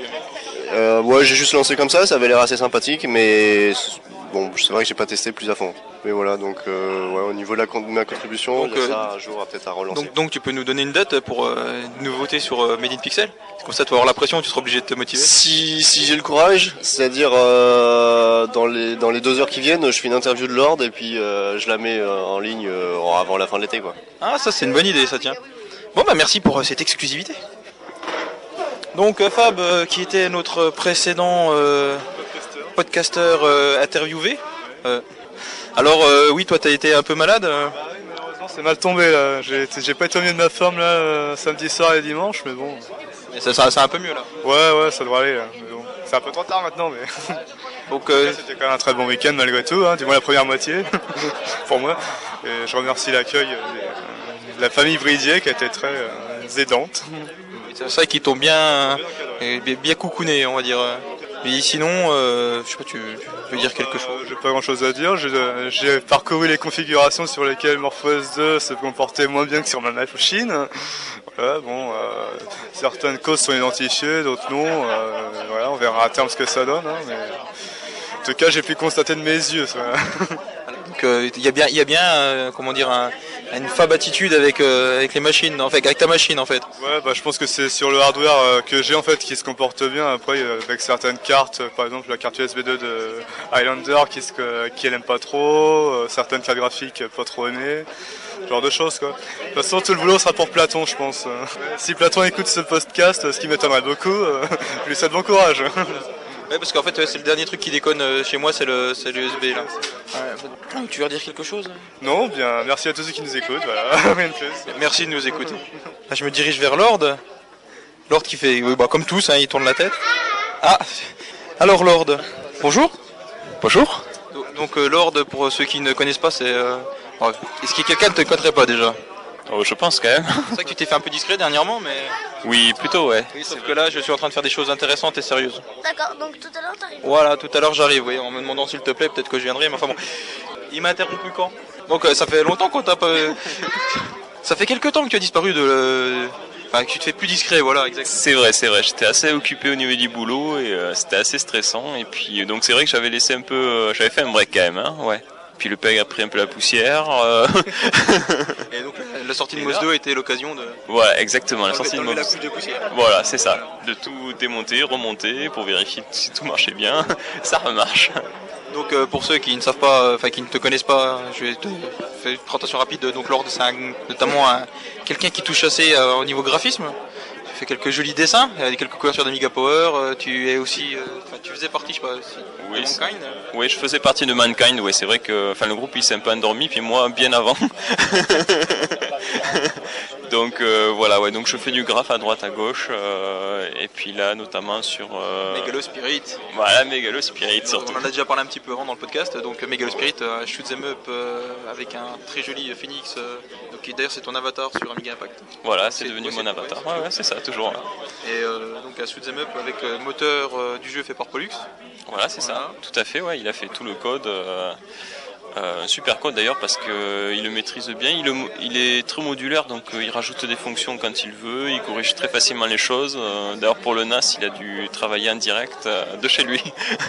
[SPEAKER 8] Euh, ouais, j'ai juste lancé comme ça, ça avait l'air assez sympathique, mais c- bon, c'est vrai que j'ai pas testé plus à fond. Mais voilà, donc euh, ouais, au niveau de la con- de ma contribution,
[SPEAKER 1] Donc,
[SPEAKER 8] il y a
[SPEAKER 1] euh,
[SPEAKER 8] ça un jour à peut-être à relancer.
[SPEAKER 1] Donc, donc tu peux nous donner une date pour euh, une nouveauté sur euh, Made in Pixel Parce que Comme ça, tu vas avoir la pression, tu seras obligé de te motiver.
[SPEAKER 8] si si j'ai le courage, c'est-à-dire euh, dans les dans les deux heures qui viennent, je fais une interview de Lord et puis euh, je la mets euh, en ligne euh, avant la fin de l'été quoi.
[SPEAKER 1] Ah, ça c'est une bonne idée, ça tient. Bon, bah merci pour euh, cette exclusivité. Donc euh, Fab, euh, qui était notre précédent euh, podcasteur euh, interviewé. Euh, alors euh, oui, toi t'as été un peu malade. euh,
[SPEAKER 11] Bah C'est mal tombé là, j'ai été- j'ai pas été au mieux de ma forme là euh, samedi soir et dimanche, mais bon.
[SPEAKER 1] mais ça, ça- c'est un peu mieux là.
[SPEAKER 11] Ouais, ouais, ça devrait aller là. mais bon. C'est un peu trop tard maintenant, mais.
[SPEAKER 1] Donc, euh,
[SPEAKER 11] C'était quand même un très bon week-end malgré tout, hein, du moins la première moitié, pour moi. Et je remercie l'accueil euh, des- de la famille Bridier qui a été très euh, aidante.
[SPEAKER 1] C'est ça qui tombe bien, euh, bien, bien coucouné, on va dire. Mais sinon, euh, je sais pas, tu, tu veux dire quelque chose
[SPEAKER 11] Euh, J'ai pas grand chose à dire, j'ai euh, j'ai parcouru les configurations sur lesquelles MorphOS 2 se comportait moins bien que sur ma machine. Voilà, bon, euh, certaines causes sont identifiées, d'autres non. euh, voilà, on verra à terme ce que ça donne. hein, mais... En tout cas, j'ai pu constater de mes yeux. ça.
[SPEAKER 1] Donc, euh, il y a bien, il y a bien, euh, comment dire, un- une fab attitude avec euh, avec les machines, en fait, avec ta machine en fait.
[SPEAKER 11] Ouais, bah, je pense que c'est sur le hardware euh, que j'ai en fait qui se comporte bien. Après, euh, avec certaines cartes, euh, par exemple la carte USB 2 de Highlander qui, se, que- qui elle aime pas trop, euh, certaines cartes graphiques euh, pas trop aimées, ce genre de choses quoi. De toute façon, tout le boulot sera pour Platon, je pense. euh. Si Platon écoute ce podcast, euh, ce qui m'étonnerait beaucoup, euh, je lui souhaite bon courage.
[SPEAKER 1] Ouais, parce qu'en fait, ouais, c'est le dernier truc qui déconne euh, chez moi, c'est le, c'est l'USB là. Ouais. Tu veux dire quelque chose
[SPEAKER 11] Non, bien, merci à tous ceux qui nous écoutent, voilà, rien de plus.
[SPEAKER 1] Merci de nous écouter. Là, je me dirige vers Lord. Lord qui fait, oui, bah, comme tous, hein, il tourne la tête. Ah, alors Lord, bonjour.
[SPEAKER 2] Bonjour.
[SPEAKER 1] Donc euh, Lord, pour ceux qui ne connaissent pas, c'est... euh, bon, Est-ce que quelqu'un ne te connaîtrait pas déjà
[SPEAKER 9] Oh, je pense quand même.
[SPEAKER 1] C'est vrai que tu t'es fait un peu discret dernièrement, mais...
[SPEAKER 9] Oui, plutôt, ouais.
[SPEAKER 1] Oui, sauf que là, je suis en train de faire des choses intéressantes et sérieuses.
[SPEAKER 12] D'accord, donc tout à l'heure t'arrives.
[SPEAKER 1] Voilà, tout à l'heure j'arrive, oui, en me demandant s'il te plaît, peut-être que je viendrai, mais enfin bon. Il m'a interrompu quand Donc euh, ça fait longtemps qu'on t'a pas... euh, ça fait quelques temps que tu as disparu de... le- Enfin, que tu te fais plus discret, voilà, exactement.
[SPEAKER 9] C'est vrai, c'est vrai. J'étais assez occupé au niveau du boulot et euh, c'était assez stressant. Et puis, euh, donc c'est vrai que j'avais laissé un peu. euh, j'avais fait un break quand même, hein, ouais. Puis le PEG a pris un peu la poussière. euh,
[SPEAKER 1] Et donc la sortie de
[SPEAKER 9] Et
[SPEAKER 1] Moss
[SPEAKER 9] là-
[SPEAKER 1] 2 était l'occasion de...
[SPEAKER 9] voilà, exactement. La sortie de
[SPEAKER 1] D'enlever la
[SPEAKER 9] Moss.
[SPEAKER 1] couche de poussière.
[SPEAKER 9] Voilà, c'est ça. De tout démonter, remonter pour vérifier si tout marchait bien. ça remarche.
[SPEAKER 1] Donc euh, pour ceux qui ne savent pas, euh, enfin qui ne te connaissent pas, je vais te faire une présentation rapide. Donc Lord, c'est un- notamment un- quelqu'un qui touche assez euh, au niveau graphisme. Tu fais quelques jolis dessins, euh, quelques couvertures d'Amiga Power. euh, tu es aussi, euh, enfin, tu faisais partie, je sais pas, si- de
[SPEAKER 9] Oui, c'est- Euh,
[SPEAKER 1] Mankind.
[SPEAKER 9] Oui, je faisais partie de Mankind. Oui, c'est vrai que enfin, le groupe il s'est un peu endormi, puis moi bien avant. donc euh, voilà, ouais, donc je fais du graphe à droite, à gauche, euh, et puis là notamment sur. Euh...
[SPEAKER 1] Megalo Spirit.
[SPEAKER 9] Voilà, Megalo Spirit surtout.
[SPEAKER 1] On en a déjà parlé un petit peu avant dans le podcast. Donc euh, Megalo Spirit, un shoot 'em up euh, avec un très joli Phoenix. euh, donc qui, d'ailleurs c'est ton avatar sur Amiga Impact.
[SPEAKER 9] Voilà, c'est devenu
[SPEAKER 1] ouais,
[SPEAKER 9] mon
[SPEAKER 1] c'est-
[SPEAKER 9] avatar. Ouais, ouais, c'est ça, toujours. là.
[SPEAKER 1] Et euh, donc un shoot 'em up avec euh, le moteur euh, du jeu fait par Pollux.
[SPEAKER 9] Voilà, c'est ça, tout à fait. Ouais, il a fait tout le code. euh, euh, un super code d'ailleurs parce que euh, il le maîtrise bien, il, le mo- il est très modulaire donc euh, il rajoute des fonctions quand il veut, il corrige très facilement les choses. Euh, d'ailleurs pour le NAS il a dû travailler en direct euh, de chez lui.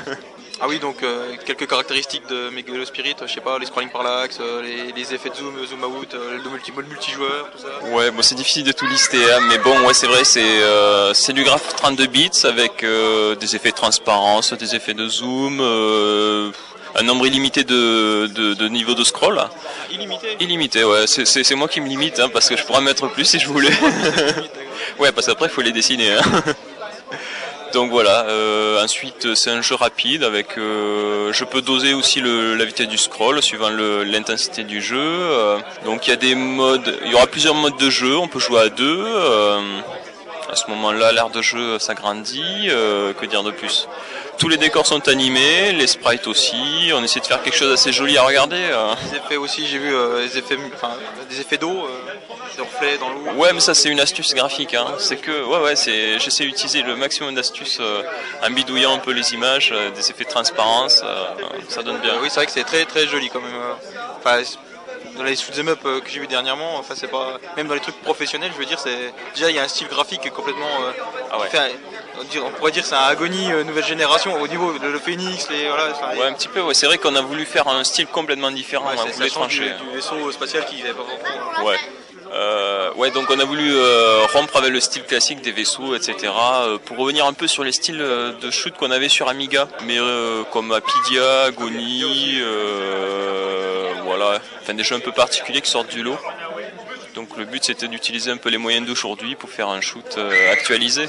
[SPEAKER 1] Ah oui, donc euh, quelques caractéristiques de Megalo Spirit, euh, je sais pas, les scrolling par l'axe, euh, les, les effets de zoom, euh, zoom out, euh, le multi- mode multijoueur, tout ça.
[SPEAKER 9] Ouais, bon, c'est difficile de tout lister, hein, mais bon, ouais, c'est vrai, c'est euh, c'est du graphe 32 bits avec euh, des effets de transparence, des effets de zoom, euh, un nombre illimité de, de, de niveaux de scroll.
[SPEAKER 1] Illimité
[SPEAKER 9] Illimité, ouais, c'est- c'est c'est moi qui me limite, hein, parce que je pourrais en mettre plus si je voulais. ouais, parce qu'après, il faut les dessiner. hein. Donc voilà, euh, ensuite c'est un jeu rapide avec euh, je peux doser aussi le, la vitesse du scroll suivant le- l'intensité du jeu. euh, donc il y a des modes, il y aura plusieurs modes de jeu, on peut jouer à deux. euh, à ce moment-là, l'aire de jeu s'agrandit, euh, que dire de plus Tous les décors sont animés, les sprites aussi, on essaie de faire quelque chose d'assez joli à regarder. euh.
[SPEAKER 1] Les effets aussi, j'ai vu euh, les effets, enfin, des effets d'eau, euh, des reflets dans l'eau.
[SPEAKER 9] Ouais, mais ça c'est une astuce graphique. Hein. C'est que ouais, ouais, c'est j'essaie d'utiliser le maximum d'astuces euh, en bidouillant un peu les images, euh, des effets de transparence. euh, ça donne bien.
[SPEAKER 1] Oui, c'est vrai que c'est très très joli quand même. euh. Enfin, c'est- dans les shoot'em up euh, que j'ai vu dernièrement, enfin c'est pas même dans les trucs professionnels, je veux dire, c'est déjà il y a un style graphique qui est complètement. euh,
[SPEAKER 9] Ah ouais.
[SPEAKER 1] qui fait un- on, dirait- on pourrait dire c'est un agonie euh, nouvelle génération au niveau de le Phoenix, les voilà. enfin,
[SPEAKER 9] Ouais, un petit peu. Ouais, c'est vrai qu'on a voulu faire un style complètement différent.
[SPEAKER 1] Ouais,
[SPEAKER 9] on
[SPEAKER 1] c'est-
[SPEAKER 9] a
[SPEAKER 1] ça
[SPEAKER 9] voulu
[SPEAKER 1] change
[SPEAKER 9] trancher.
[SPEAKER 1] Du, du vaisseau spatial qui n'avait pas vraiment.
[SPEAKER 9] Ouais. Euh, ouais, donc on a voulu euh, rompre avec le style classique des vaisseaux, etc. euh, pour revenir un peu sur les styles euh, de shoot qu'on avait sur Amiga, mais euh, comme Apidia, Agony, euh, voilà, enfin des jeux un peu particuliers qui sortent du lot. Donc le but c'était d'utiliser un peu les moyens
[SPEAKER 1] Ben
[SPEAKER 9] d'aujourd'hui pour faire un shoot euh, actualisé.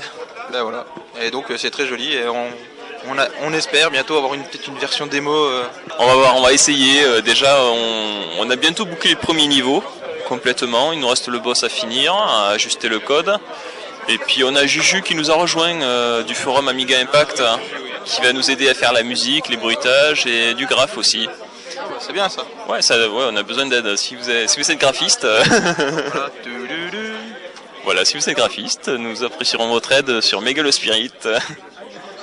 [SPEAKER 1] Là voilà. Et donc euh, c'est très joli et on, On, a- on espère bientôt avoir une, peut-être une version démo. euh,
[SPEAKER 9] On va voir, on va essayer. Euh, déjà, on, on a bientôt bouclé le premier niveau complètement. Il nous reste le boss à finir, à ajuster le code. Et puis on a Juju qui nous a rejoint euh, du forum Amiga Impact, hein, qui va nous aider à faire la musique, les bruitages et du graphe aussi.
[SPEAKER 1] Ah C'est bien ça.
[SPEAKER 9] Ouais, ça, ouais, on a besoin d'aide. Si vous êtes, si vous êtes graphiste, euh,
[SPEAKER 1] Voilà.
[SPEAKER 9] voilà, si vous êtes graphiste, nous apprécierons votre aide sur Megalospirit.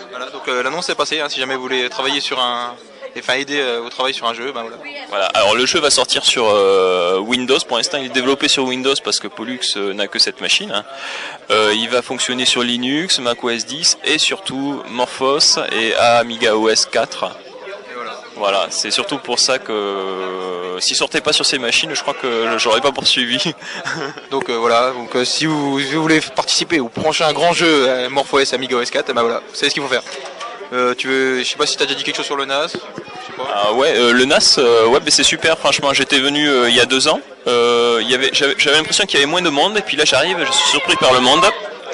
[SPEAKER 1] Voilà, donc euh, l'annonce est passée. hein, si jamais vous voulez travailler sur un, enfin aider euh, au travail sur un jeu, ben voilà.
[SPEAKER 9] Voilà, alors le jeu va sortir sur euh, Windows. Pour l'instant, il est développé sur Windows parce que Pollux euh, n'a que cette machine. hein. Euh, il va fonctionner sur Linux, Mac OS 10 et surtout Morphos et Amiga OS 4. Voilà, c'est surtout pour ça que euh, s'il sortait pas sur ces machines, je crois que j'aurais pas poursuivi.
[SPEAKER 1] Donc euh, voilà, donc euh, si vous, si vous voulez participer ou brancher un grand jeu euh, MorphOS Amiga OS 4, eh ben voilà, vous savez ce qu'il faut faire. Euh, tu veux, je sais pas si t'as déjà dit quelque chose sur le NAS.
[SPEAKER 9] Ah ouais, euh, le NAS, euh, ouais, mais c'est super. Franchement, j'étais venu euh, il y a deux ans. Euh, il y avait, j'avais, j'avais l'impression qu'il y avait moins de monde, et puis là, j'arrive, et je suis surpris par le monde.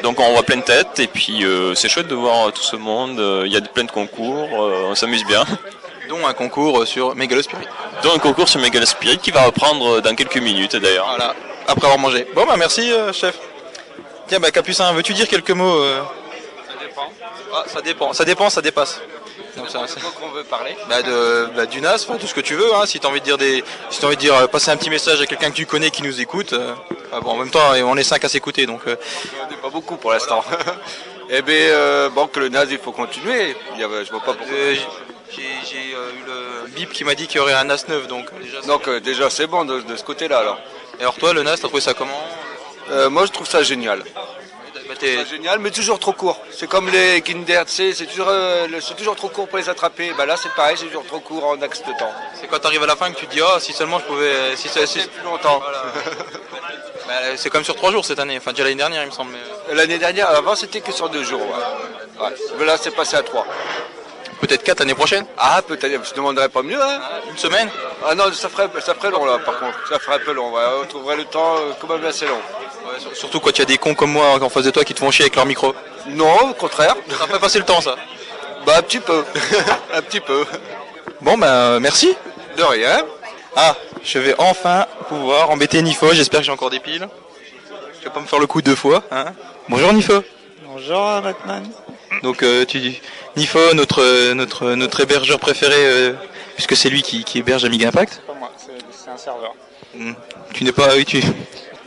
[SPEAKER 9] Donc on voit plein de têtes, et puis euh, c'est chouette de voir euh, tout ce monde. Euh, Il y a de- plein de concours, euh, on s'amuse bien.
[SPEAKER 1] Dont un concours sur Megalospirit.
[SPEAKER 9] Dont un concours sur Megalospirit qui va reprendre euh, dans quelques minutes d'ailleurs.
[SPEAKER 1] Voilà, après avoir mangé. Bon bah merci euh, chef. Tiens bah Capucin, veux-tu dire quelques mots euh Ah, Ça dépend, ça dépend, ça dépasse. Donc, ça- ça-
[SPEAKER 12] qu'on veut parler.
[SPEAKER 1] Bah, de, bah, du NAS, enfin, tout ce que tu veux. Hein, si t'as envie de dire des, si t'as envie de dire euh, passer un petit message à quelqu'un que tu connais qui nous écoute. euh, ah bon, en même temps, on est cinq à s'écouter, donc. euh,
[SPEAKER 12] On n'est pas beaucoup pour l'instant. eh bien, euh, bon, que le NAS, il faut continuer. Il y avait, je vois pas pourquoi.
[SPEAKER 1] Euh, J'ai euh, eu le bip qui m'a dit qu'il y aurait un NAS 9, donc euh, déjà.
[SPEAKER 12] Donc, euh, déjà, c'est bon de, de ce côté-là, alors.
[SPEAKER 1] Et alors, Euh, toi, le NAS, t'as trouvé ça comment
[SPEAKER 12] Moi, je trouve ça génial. C'est génial, mais toujours trop court. C'est comme les Kinder, tu sais, c'est toujours, euh, le- c'est toujours trop court pour les attraper. Bah là, c'est pareil, c'est toujours trop court en axe de temps.
[SPEAKER 1] C'est quand t'arrives à la fin que tu te dis, ah, si seulement je pouvais. euh, Si, si, si-
[SPEAKER 12] plus longtemps.
[SPEAKER 1] Bah, euh, c'est comme sur trois jours cette année, enfin déjà l'année dernière, il me semble. mais- euh,
[SPEAKER 12] L'année dernière, avant, c'était que sur deux jours. ouais. Ouais. Mais là, c'est passé à trois.
[SPEAKER 1] Peut-être quatre l'année prochaine
[SPEAKER 12] Ah, peut-être, je ne demanderais pas mieux. Hein.
[SPEAKER 1] Une semaine
[SPEAKER 12] Ah non, ça ferait, ça ferait long, là, par contre. Ça ferait un peu long. ouais. On trouverait le temps euh, quand même assez long.
[SPEAKER 1] Surtout quand il y a des cons comme moi en face de toi qui te font chier avec leur micro.
[SPEAKER 12] Non, au contraire.
[SPEAKER 1] Ça fait passer le temps, ça.
[SPEAKER 12] Bah, un petit peu. un petit peu.
[SPEAKER 1] Bon, bah merci.
[SPEAKER 12] De rien.
[SPEAKER 1] Ah, je vais enfin pouvoir embêter Nifo, j'espère que j'ai encore des piles. Je vais pas me faire le coup deux fois. Hein Bonjour Nifo.
[SPEAKER 13] Bonjour Batman.
[SPEAKER 1] Donc euh, tu dis Nifo, notre, euh, notre, notre hébergeur préféré, euh, puisque c'est lui qui, qui héberge Amiga Impact.
[SPEAKER 13] Pas moi, c'est c'est un serveur.
[SPEAKER 1] Hmm, Tu n'es pas... Oui, tu...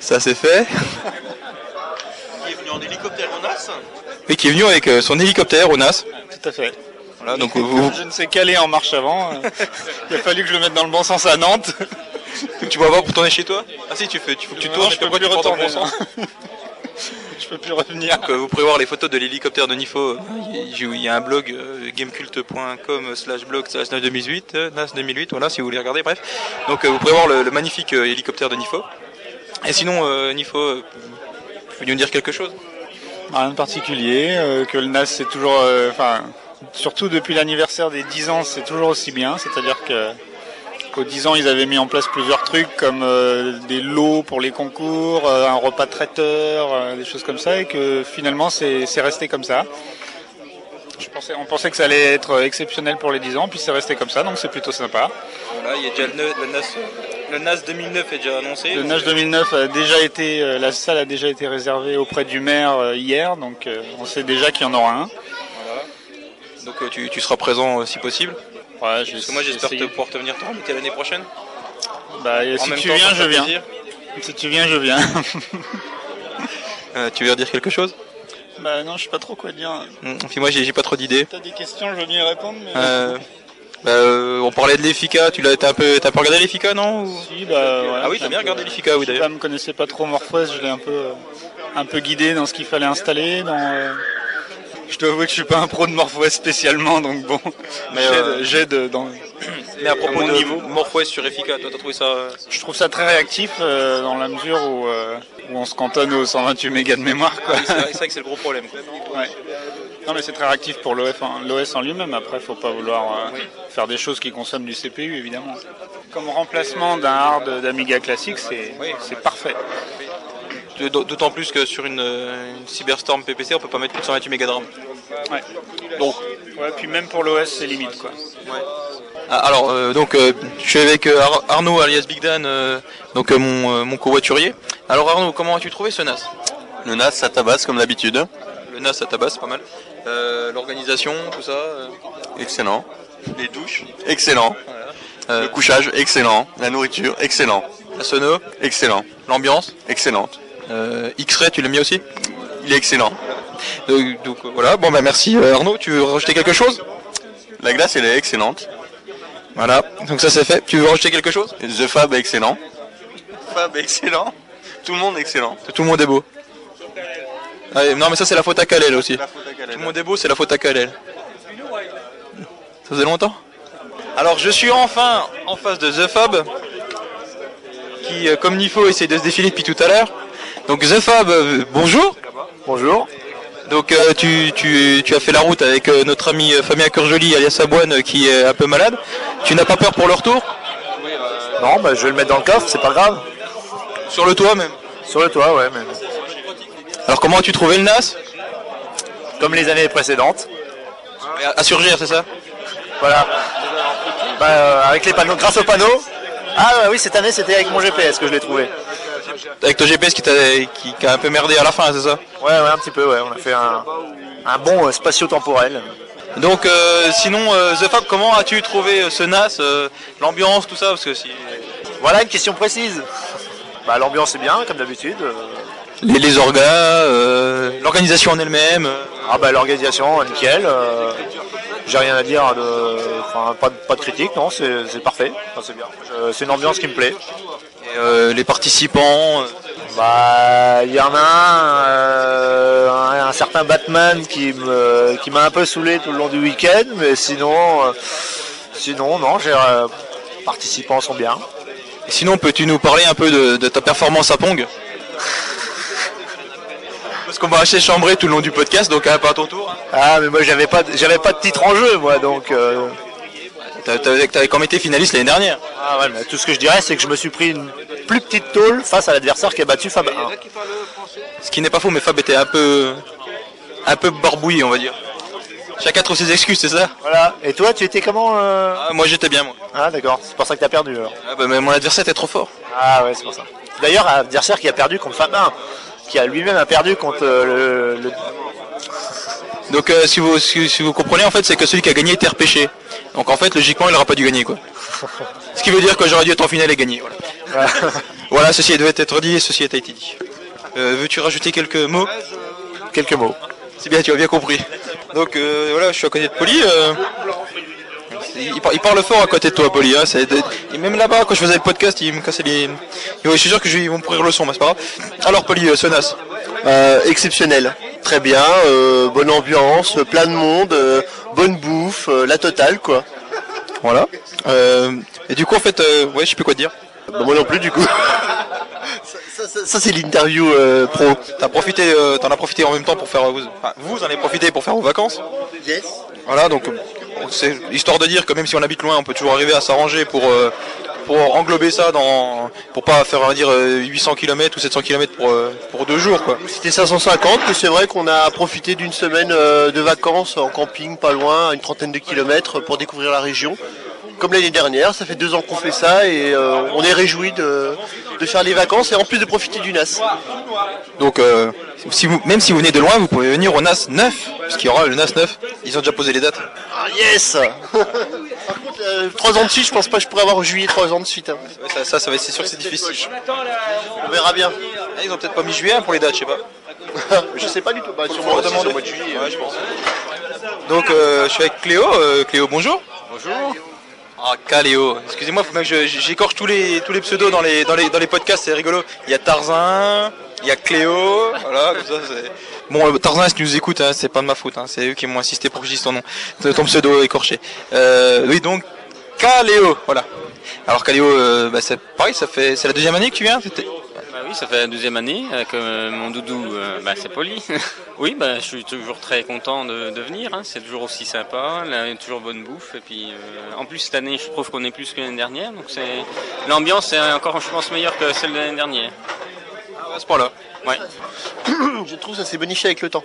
[SPEAKER 1] Ça c'est fait.
[SPEAKER 6] Qui est venu en hélicoptère en as
[SPEAKER 1] Et qui est venu avec euh, son hélicoptère au NAS.
[SPEAKER 13] Tout à fait.
[SPEAKER 1] Voilà, donc vous-
[SPEAKER 13] Je ne sais qu'aller en marche avant. euh, Il a fallu que je le mette dans le bon sens à Nantes.
[SPEAKER 1] tu vas voir pour tourner chez toi Ah si, tu fais, tu, faut que tu tournes,
[SPEAKER 13] je peux
[SPEAKER 1] après,
[SPEAKER 13] plus
[SPEAKER 1] tu prends ton
[SPEAKER 13] retourner.
[SPEAKER 1] bon sens.
[SPEAKER 13] Je peux plus revenir.
[SPEAKER 1] Donc, euh, vous pouvez voir les photos de l'hélicoptère de Nifo. euh, Il il- il y a un blog euh, gameculte.com slash blog slash 2008, euh, NAS 2008, voilà si vous voulez regarder, bref. Donc euh, vous pouvez voir le, le magnifique euh, hélicoptère de Nifo. Et sinon, euh, Nifo, euh, vous voulez nous dire quelque chose
[SPEAKER 13] Rien de particulier, euh, que le NAS c'est toujours, euh, enfin, surtout depuis l'anniversaire des 10 ans, c'est toujours aussi bien. C'est-à-dire que qu'aux 10 ans, ils avaient mis en place plusieurs trucs comme euh, des lots pour les concours, euh, un repas traiteur, euh, des choses comme ça, et que finalement c'est c'est resté comme ça. Je pensais, on pensait que ça allait être euh, exceptionnel pour les 10 ans, puis c'est resté comme ça, donc c'est plutôt sympa.
[SPEAKER 1] Voilà, il y a déjà le, ne- le NAS, le NAS 2009 est déjà annoncé.
[SPEAKER 13] Le NAS 2009 a déjà été, euh, la salle a déjà été réservée auprès du maire euh, hier, donc euh, on sait déjà qu'il y en aura un.
[SPEAKER 1] Voilà. Donc euh, tu, tu seras présent euh, si possible.
[SPEAKER 13] Ouais, je
[SPEAKER 1] Parce que
[SPEAKER 13] vais
[SPEAKER 1] moi j'espère te
[SPEAKER 13] essayer.
[SPEAKER 1] pouvoir te venir te remonter l'année prochaine.
[SPEAKER 13] Bah, et
[SPEAKER 1] En
[SPEAKER 13] si
[SPEAKER 1] même
[SPEAKER 13] tu
[SPEAKER 1] temps,
[SPEAKER 13] viens,
[SPEAKER 1] ça me
[SPEAKER 13] je
[SPEAKER 1] fait
[SPEAKER 13] viens.
[SPEAKER 1] plaisir.
[SPEAKER 13] Si tu viens, je viens.
[SPEAKER 1] Euh, tu veux redire quelque chose
[SPEAKER 13] bah non, je sais pas trop quoi dire.
[SPEAKER 1] Hmm, Puis moi j'ai j'ai pas trop d'idées.
[SPEAKER 13] T'as des questions, je veux bien y répondre. Mais...
[SPEAKER 1] Euh, bah, euh, on parlait de l'EFICA, tu l'as t'as un peu t'as pas regardé l'EFICA non ou-
[SPEAKER 13] Si, bah, voilà,
[SPEAKER 1] Ah oui,
[SPEAKER 13] j'ai
[SPEAKER 1] t'as
[SPEAKER 13] un
[SPEAKER 1] bien
[SPEAKER 13] peu-
[SPEAKER 1] regardé l'EFICA oui
[SPEAKER 13] je sais
[SPEAKER 1] d'ailleurs.
[SPEAKER 13] pas, me connaissais pas trop Morphos, je l'ai un peu, euh, un peu guidé dans ce qu'il fallait installer. Dans, euh, Je dois avouer que je suis pas un pro de Morphos spécialement, donc bon,
[SPEAKER 1] Mais,
[SPEAKER 13] j'aide-
[SPEAKER 1] euh,
[SPEAKER 13] j'aide dans.
[SPEAKER 1] Mais à propos
[SPEAKER 13] mon
[SPEAKER 1] de
[SPEAKER 13] niveau.
[SPEAKER 1] MorphOS sur EFICA, toi t'as trouvé ça euh,
[SPEAKER 13] Je trouve ça très réactif euh, dans la mesure où, euh, où on se cantonne aux 128 mégas de mémoire. Quoi.
[SPEAKER 1] oui, c'est vrai c'est vrai que c'est le gros problème. quoi.
[SPEAKER 13] Non mais c'est très réactif pour l'OS en, l'OS en lui-même, après faut pas vouloir euh, faire des choses qui consomment du CPU évidemment. Comme remplacement d'un
[SPEAKER 1] euh,
[SPEAKER 13] hard d'Amiga classique, c'est c'est parfait.
[SPEAKER 1] De- d'aut- D'autant plus que sur une, euh, une Cyberstorm PPC on peut pas mettre plus de 128 mégas de RAM.
[SPEAKER 13] Ouais.
[SPEAKER 1] Donc
[SPEAKER 13] Ouais, puis même pour l'OS, c'est limite quoi.
[SPEAKER 1] Ah, Alors, euh, donc, euh, je suis avec euh, Ar- Arnaud alias Big Dan, euh, donc euh, mon, euh, mon covoiturier. Alors, Arnaud, comment as-tu trouvé ce NAS
[SPEAKER 14] Le NAS, ça tabasse comme d'habitude.
[SPEAKER 1] Le NAS à tabasse, pas mal. Euh, L'organisation, tout ça. euh,
[SPEAKER 14] Excellent.
[SPEAKER 1] les douches.
[SPEAKER 14] Excellent.
[SPEAKER 1] Euh,
[SPEAKER 14] Le couchage, excellent. La nourriture, excellent.
[SPEAKER 1] La sono
[SPEAKER 14] Excellent.
[SPEAKER 1] L'ambiance
[SPEAKER 14] Excellente.
[SPEAKER 1] Euh, X-Ray, tu l'aimes bien aussi
[SPEAKER 14] Il est excellent.
[SPEAKER 1] Donc, donc, euh, voilà, bon bah merci euh, Arnaud, tu veux rajouter quelque chose
[SPEAKER 14] La glace, elle est excellente.
[SPEAKER 1] Voilà, donc ça c'est fait. Tu veux rajouter quelque chose
[SPEAKER 14] The Fab, excellent. Fab, excellent. Tout le monde, excellent.
[SPEAKER 1] Tout le monde est beau. Allez, Ah, non mais ça c'est la faute à Kalel aussi. Tout le monde est beau, c'est la faute à Kalel. Ça faisait longtemps Alors je suis enfin en face de The Fab, qui euh, comme Nifo essaie de se défiler depuis tout à l'heure. Donc The Fab, euh, bonjour Bonjour donc euh, tu, tu, tu as fait la route avec euh, notre ami euh, Fabien Curjoli alias Aboine euh, qui est un peu malade. Tu n'as pas peur pour le retour
[SPEAKER 15] Non, bah, je vais le mettre dans le coffre, c'est pas grave.
[SPEAKER 1] Sur le toit même
[SPEAKER 15] Sur le toit, ouais, même.
[SPEAKER 1] Alors comment as-tu trouvé le NAS
[SPEAKER 15] Comme les années précédentes.
[SPEAKER 1] À surgir, c'est ça
[SPEAKER 15] Voilà. Bah, euh, avec les panneaux, grâce aux panneaux. Ah ouais, oui, cette année c'était avec mon GPS que je l'ai trouvé.
[SPEAKER 1] Avec ton GPS qui t'a qui, qui a un peu merdé à la fin, c'est ça
[SPEAKER 15] Ouais, ouais, un petit peu, ouais. On a fait un, un bon euh, spatio-temporel.
[SPEAKER 1] Donc euh, sinon, euh, The Fab, comment as-tu trouvé euh, ce NAS, euh, l'ambiance, tout ça Parce que si...
[SPEAKER 15] Voilà une question précise. Bah, l'ambiance est bien, comme d'habitude. euh.
[SPEAKER 1] Les, les orgas, euh, l'organisation en elle-même.
[SPEAKER 15] Ah bah l'organisation, nickel. euh, J'ai rien à dire, de... enfin, pas, de- pas de critique, non, c'est c'est parfait. Enfin, c'est bien. Je- C'est une ambiance qui me plaît.
[SPEAKER 1] Et, euh, les participants. euh,
[SPEAKER 15] Bah, il y en a un, euh, un, un certain Batman qui me, qui m'a un peu saoulé tout le long du week-end, mais sinon, euh, sinon non, j'ai, euh, les participants sont bien.
[SPEAKER 1] Et sinon, peux-tu nous parler un peu de, de ta performance à Pong Parce qu'on va acheter chambrer tout le long du podcast, donc hein, pas à ton tour.
[SPEAKER 15] Ah, mais moi j'avais pas, de- j'avais pas de titre en jeu, moi, donc. euh,
[SPEAKER 1] T'as- T'avais t'avais quand même été finaliste l'année dernière.
[SPEAKER 15] ah ouais, mais tout ce que je dirais, c'est que je me suis pris une plus petite tôle face à l'adversaire qui a battu Fab 1.
[SPEAKER 1] Ce qui n'est pas faux, mais Fab était un peu, un peu barbouillé, on va dire. Chacun trouve ses excuses, c'est ça
[SPEAKER 15] Voilà. Et toi, tu étais comment euh
[SPEAKER 1] Moi, j'étais bien, moi.
[SPEAKER 15] Ah, d'accord. C'est pour ça que t'as perdu, alors.
[SPEAKER 1] Ah bah, mais mon adversaire était trop fort.
[SPEAKER 15] Ah ouais, c'est pour ça. D'ailleurs, un adversaire qui a perdu contre Fab 1, qui a lui-même a perdu contre euh, le- le
[SPEAKER 1] Donc euh, si, vous, si, si vous comprenez en fait c'est que celui qui a gagné était repêché. Donc en fait logiquement il n'aura pas dû gagner quoi. Ce qui veut dire que j'aurais dû être en finale et gagner. Voilà, Voilà, ceci devait être dit et ceci a été dit. Euh, Veux-tu rajouter quelques mots
[SPEAKER 15] Quelques mots.
[SPEAKER 1] C'est bien, tu as bien compris. Donc euh, voilà, je suis à côté de Poli. euh, il, par- il parle fort à côté de toi, Poli. hein, c'est- et même là-bas, quand je faisais le podcast, il me cassait les. Je suis sûr que je vais- ils vont me pourrir le son, mais c'est pas grave. Alors, Poli, euh, Sonas.
[SPEAKER 16] Euh, exceptionnel. Très bien, euh, bonne ambiance, euh, plein de monde, euh, bonne bouffe, euh, la totale quoi.
[SPEAKER 1] Voilà. Euh, et du coup, en fait, euh, ouais, je sais plus quoi te dire.
[SPEAKER 16] Bah, moi non plus, du coup.
[SPEAKER 1] ça, c'est l'interview euh, pro. T'as profité, euh, t'en as profité en même temps pour faire. euh, Vous, enfin, vous en avez profité pour faire vos vacances.
[SPEAKER 16] Yes.
[SPEAKER 1] Voilà, donc euh, c'est histoire de dire que même si on habite loin, on peut toujours arriver à s'arranger pour euh, pour englober ça dans pour pas faire on va dire euh, 800 km ou 700 km pour euh, pour deux jours quoi.
[SPEAKER 16] C'était 550, mais c'est vrai qu'on a profité d'une semaine euh, de vacances en camping pas loin, à une trentaine de kilomètres, pour découvrir la région. Comme l'année dernière, ça fait deux ans qu'on fait ça et euh, on est réjouis de, de faire les vacances et en plus de profiter du NAS.
[SPEAKER 1] Ah, Donc euh, si vous, même si vous venez de loin, vous pouvez venir au NAS 9 puisqu'il y aura le NAS 9. Ils ont déjà posé les dates.
[SPEAKER 16] Ah yes Par contre, euh, trois ans de suite, je pense pas que je pourrais avoir en juillet trois ans de suite. hein.
[SPEAKER 1] Ça, ça, ça va, c'est sûr que c'est difficile.
[SPEAKER 16] On verra bien.
[SPEAKER 1] Ils ont peut-être pas mis juillet hein, pour les dates, je sais pas.
[SPEAKER 16] je sais pas du tout. Bah,
[SPEAKER 1] Faut
[SPEAKER 16] sûrement,
[SPEAKER 1] leur demander.
[SPEAKER 16] c'est au mois de juillet, hein, je pense.
[SPEAKER 1] Donc euh, je suis avec Cléo. Euh, Cléo, bonjour.
[SPEAKER 16] Bonjour.
[SPEAKER 1] Ah, Caléo. Excusez-moi, faut même que je- j'écorche tous les, tous les pseudos dans les, dans les, dans les podcasts, c'est rigolo. Il y a Tarzan, il y a Cléo, voilà, comme ça c'est... Bon, euh, Tarzan, si tu nous écoutes, hein, c'est pas de ma faute, hein, c'est eux qui m'ont insisté pour que je dise ton nom, ton ton pseudo écorché. Euh, oui, donc, Caléo, voilà. Alors Caléo, euh, bah, c'est pareil, ça fait, c'est la deuxième année que tu viens c'était-
[SPEAKER 17] Bah oui, ça fait la deuxième année euh, que euh, mon doudou, euh, bah, c'est poli. oui, bah, je suis toujours très content de, de venir. hein. C'est toujours aussi sympa, là, toujours bonne bouffe. Et puis, euh, en plus, cette année, je trouve qu'on est plus que l'année dernière. Donc, c'est l'ambiance est encore, je pense, meilleure que celle de l'année dernière.
[SPEAKER 14] Ah, à ce point-là.
[SPEAKER 1] Ouais.
[SPEAKER 16] Je trouve ça s'est bonifié avec le temps.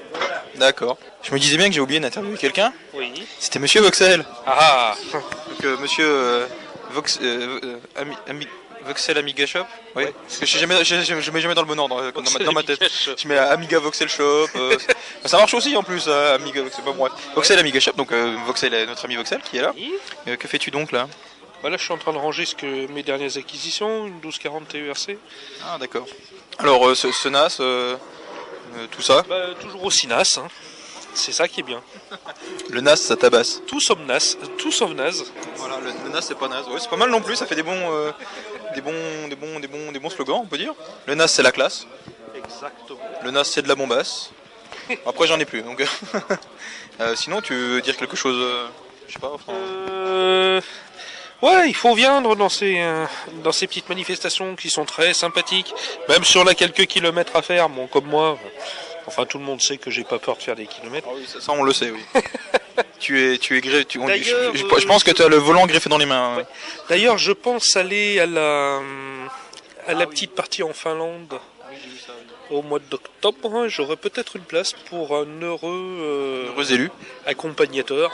[SPEAKER 1] D'accord. Je me disais bien que j'ai oublié d'interviewer quelqu'un.
[SPEAKER 14] Oui.
[SPEAKER 1] C'était Monsieur Voxel.
[SPEAKER 14] Ah
[SPEAKER 1] Donc euh, Monsieur euh, Vox, euh, euh, Ami- Ami- Voxel Amiga Shop. Oui. Parce que je, suis jamais, je, je- je mets jamais dans le bon ordre euh, dans ma, dans ma tête. Je mets euh, Amiga Voxel Shop. euh, ça marche aussi en plus. euh, Amiga Voxel. Bon, bref. Voxel Amiga Shop. Donc euh, Voxel, euh, notre ami Voxel qui est là. Euh, que fais-tu donc là
[SPEAKER 18] Voilà, Bah, je suis en train de ranger ce que mes dernières acquisitions, une 1240 TURC.
[SPEAKER 1] Ah d'accord. Alors euh, ce, ce NAS, euh, euh, tout ça.
[SPEAKER 18] Bah, toujours aussi NAS, hein. c'est ça qui est bien.
[SPEAKER 1] Le NAS, ça tabasse.
[SPEAKER 18] Tout sauf NAS, tout sauf NAS.
[SPEAKER 1] Voilà, le, le NAS c'est pas naze. Ouais, c'est pas mal non plus, ça fait des bons, euh, des bons, des bons, des bons, des bons slogans, on peut dire. Le NAS c'est la classe.
[SPEAKER 18] Exactement.
[SPEAKER 1] Le NAS c'est de la bombasse. Après j'en ai plus, donc. euh, sinon tu veux dire quelque chose, euh, je sais pas. enfin,
[SPEAKER 18] Euh, Ouais, il faut viendre dans ces, euh, dans ces petites manifestations qui sont très sympathiques, même si on a quelques kilomètres à faire, bon, comme moi. Enfin, tout le monde sait que j'ai pas peur de faire des kilomètres.
[SPEAKER 1] ça, on le sait, oui. tu es, tu es gré, tu, on- je,
[SPEAKER 18] D'ailleurs,
[SPEAKER 1] je-
[SPEAKER 18] euh,
[SPEAKER 1] je pense que tu as le volant greffé dans les mains. hein. ouais.
[SPEAKER 18] D'ailleurs, je pense aller à la, à la petite partie en Finlande au mois d'octobre. hein. J'aurai peut-être une place pour un heureux, euh,
[SPEAKER 1] Heureux élu.
[SPEAKER 18] accompagnateur.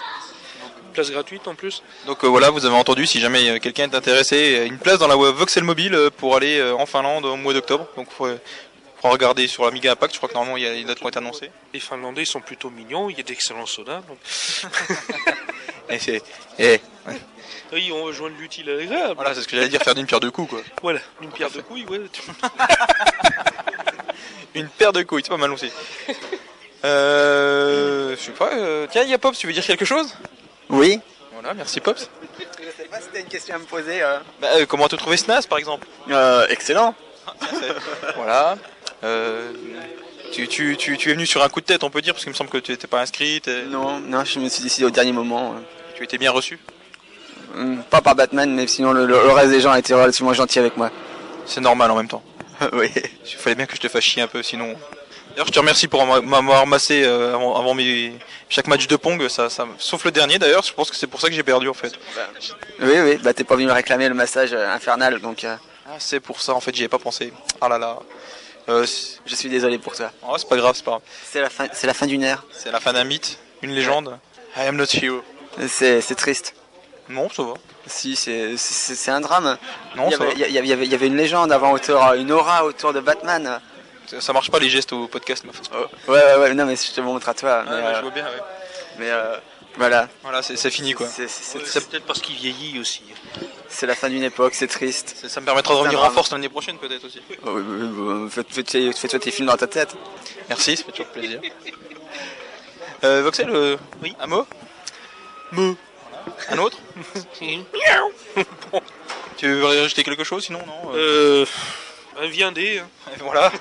[SPEAKER 18] Place gratuite en plus.
[SPEAKER 1] Donc euh, voilà, vous avez entendu, si jamais euh, quelqu'un est intéressé, euh, une place dans la web Voxel Mobile euh, pour aller euh, en Finlande au mois d'octobre. Donc faut, euh, faut regarder sur l'Amiga Impact, je crois que normalement il y a les dates qui ont été annoncées.
[SPEAKER 18] Les Finlandais sont plutôt mignons, il y a d'excellents sodas. donc.
[SPEAKER 1] Et c'est. eh, ouais.
[SPEAKER 18] oui, on va joindre l'utile à l'agréable.
[SPEAKER 1] Voilà, c'est ce que j'allais dire, faire d'une pierre deux coups, quoi.
[SPEAKER 18] Voilà, une pierre de couilles, ouais.
[SPEAKER 1] Une paire de couilles, c'est pas mal aussi. Euh. Je sais pas, euh, tiens, il y a Pops, tu veux dire quelque chose
[SPEAKER 19] Oui.
[SPEAKER 1] Voilà, merci Pops.
[SPEAKER 19] Je sais pas si t'as une question à me poser.
[SPEAKER 1] Bah, euh, comment te trouver SNAS par exemple
[SPEAKER 19] Euh, Excellent.
[SPEAKER 1] Voilà. Euh, tu, tu, tu, tu es venu sur un coup de tête, on peut dire, parce qu'il me semble que tu n'étais pas inscrite.
[SPEAKER 19] Non, non, je me suis décidé au dernier moment. hein.
[SPEAKER 1] Tu étais bien reçu
[SPEAKER 19] Hum, Pas par Batman, mais sinon le, le- le reste des gens a été relativement gentil avec moi.
[SPEAKER 1] C'est normal en même temps.
[SPEAKER 19] oui.
[SPEAKER 1] Il fallait bien que je te fasse chier un peu, sinon. D'ailleurs, je te remercie pour m'a- m'avoir massé euh, avant, avant mes... chaque match de Pong, ça, ça... sauf le dernier d'ailleurs, je pense que c'est pour ça que j'ai perdu en fait.
[SPEAKER 19] Oui, oui, bah t'es pas venu me réclamer le massage euh, infernal, donc. euh,
[SPEAKER 1] Ah, c'est pour ça, en fait, j'y ai pas pensé. Ah là là. je
[SPEAKER 19] suis désolé pour toi.
[SPEAKER 1] Oh, c'est pas grave, c'est pas grave.
[SPEAKER 19] C'est la fin, c'est la fin d'une ère.
[SPEAKER 1] C'est la fin d'un mythe, une légende. I am not hero.
[SPEAKER 19] C'est, c'est triste.
[SPEAKER 1] Non, ça va.
[SPEAKER 19] Si, c'est, c'est, c'est un drame.
[SPEAKER 1] Non,
[SPEAKER 19] il y
[SPEAKER 1] ça
[SPEAKER 19] avait,
[SPEAKER 1] va.
[SPEAKER 19] il y avait- il y avait- il y avait une légende avant autour, euh, une aura autour de Batman.
[SPEAKER 1] Ça, ça marche pas les gestes au podcast, ma fausse.
[SPEAKER 19] Ouais, ouais, ouais, non, mais je te montre à
[SPEAKER 12] Ah,
[SPEAKER 19] toi. mais,
[SPEAKER 1] ouais,
[SPEAKER 19] euh,
[SPEAKER 1] je vois bien, ouais.
[SPEAKER 19] Mais euh, voilà.
[SPEAKER 1] Voilà, c'est c'est fini quoi.
[SPEAKER 19] C'est,
[SPEAKER 18] peut-être parce qu'il vieillit aussi.
[SPEAKER 19] c'est la fin d'une époque, c'est triste.
[SPEAKER 1] Ça me permettra de revenir en force l'année prochaine peut-être aussi.
[SPEAKER 19] Euh, Fais-toi tes films dans ta tête.
[SPEAKER 1] Merci, ça fait toujours plaisir. Euh, Voxel, euh, un mot Mot. Un autre Bon. Tu veux rajouter quelque chose sinon non
[SPEAKER 18] Euh. Un viandé. hein.
[SPEAKER 1] Voilà.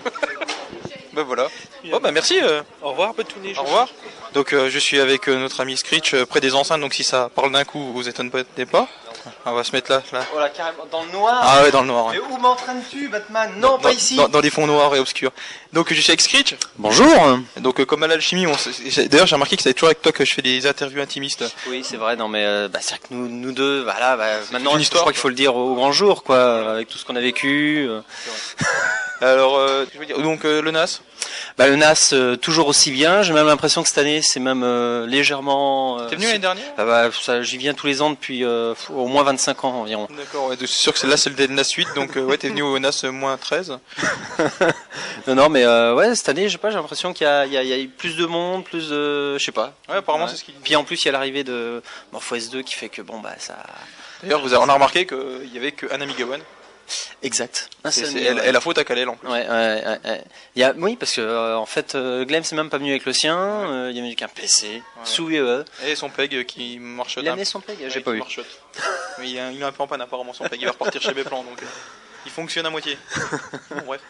[SPEAKER 1] ben voilà. Bon bah merci. euh.
[SPEAKER 18] Au revoir, Patounet.
[SPEAKER 1] Au revoir. Donc euh, je suis avec euh, notre ami Screech euh, près des enceintes, donc si ça parle d'un coup, vous étonnez pas. On va se mettre là, là.
[SPEAKER 10] Voilà, carrément, dans le noir.
[SPEAKER 1] Ah ouais, dans le noir, ouais.
[SPEAKER 10] Mais où m'entraînes-tu, Batman Non, pas
[SPEAKER 1] dans,
[SPEAKER 10] ici.
[SPEAKER 1] Dans, dans les fonds noirs et obscurs. Donc je suis avec Screech.
[SPEAKER 19] Bonjour.
[SPEAKER 1] Donc euh, comme à l'alchimie, on s- j'ai- d'ailleurs j'ai remarqué que c'est toujours avec toi que je fais des interviews intimistes.
[SPEAKER 10] Oui, c'est vrai, non, mais euh, bah, c'est vrai que nous, nous deux, voilà, bah, maintenant,
[SPEAKER 1] une
[SPEAKER 10] je
[SPEAKER 1] histoire,
[SPEAKER 10] crois qu'il faut le dire au grand jour, quoi, avec tout ce qu'on a vécu. euh.
[SPEAKER 1] Alors, euh, je veux dire, donc euh, le NAS
[SPEAKER 10] Bah, le NAS, euh, toujours aussi bien. J'ai même l'impression que cette année, c'est même euh, légèrement. euh,
[SPEAKER 1] T'es venu l'année dernière
[SPEAKER 10] Ah bah, ça, J'y viens tous les ans depuis euh, f- au moins 25 ans environ.
[SPEAKER 1] D'accord, ouais, c'est sûr que c'est- là c'est le NAS 8, donc euh, ouais, t'es venu au NAS euh, moins 13.
[SPEAKER 10] Non, non, mais euh, ouais, cette année, je sais pas, j'ai l'impression qu'il y, a- il y a il y a eu plus de monde, plus de, je sais pas.
[SPEAKER 1] Ouais, apparemment, c'est ce qu'il
[SPEAKER 10] Puis en plus, il y a l'arrivée de Morpho S2 qui fait que bon, bah ça.
[SPEAKER 1] D'ailleurs, vous avez, on a remarqué qu'il y avait qu'un Amiga One.
[SPEAKER 10] Exact. Ah, Un
[SPEAKER 1] C'est-
[SPEAKER 10] seul
[SPEAKER 1] c'est-
[SPEAKER 10] Amiga
[SPEAKER 1] elle,
[SPEAKER 10] One.
[SPEAKER 1] elle a faute à Calais en plus.
[SPEAKER 10] Ouais, ouais, ouais, ouais. Il y a, oui, parce que euh, en fait, euh, Glem c'est même pas venu avec le sien. euh, il y a venu qu'un PC sous UE.
[SPEAKER 1] Et son PEG euh, qui marche.
[SPEAKER 10] Il a amené son PEG, j'ai pas vu.
[SPEAKER 1] il, est un- il est un peu en panne apparemment son PEG, il va repartir chez Béplan donc euh, il fonctionne à moitié. Bon, bref.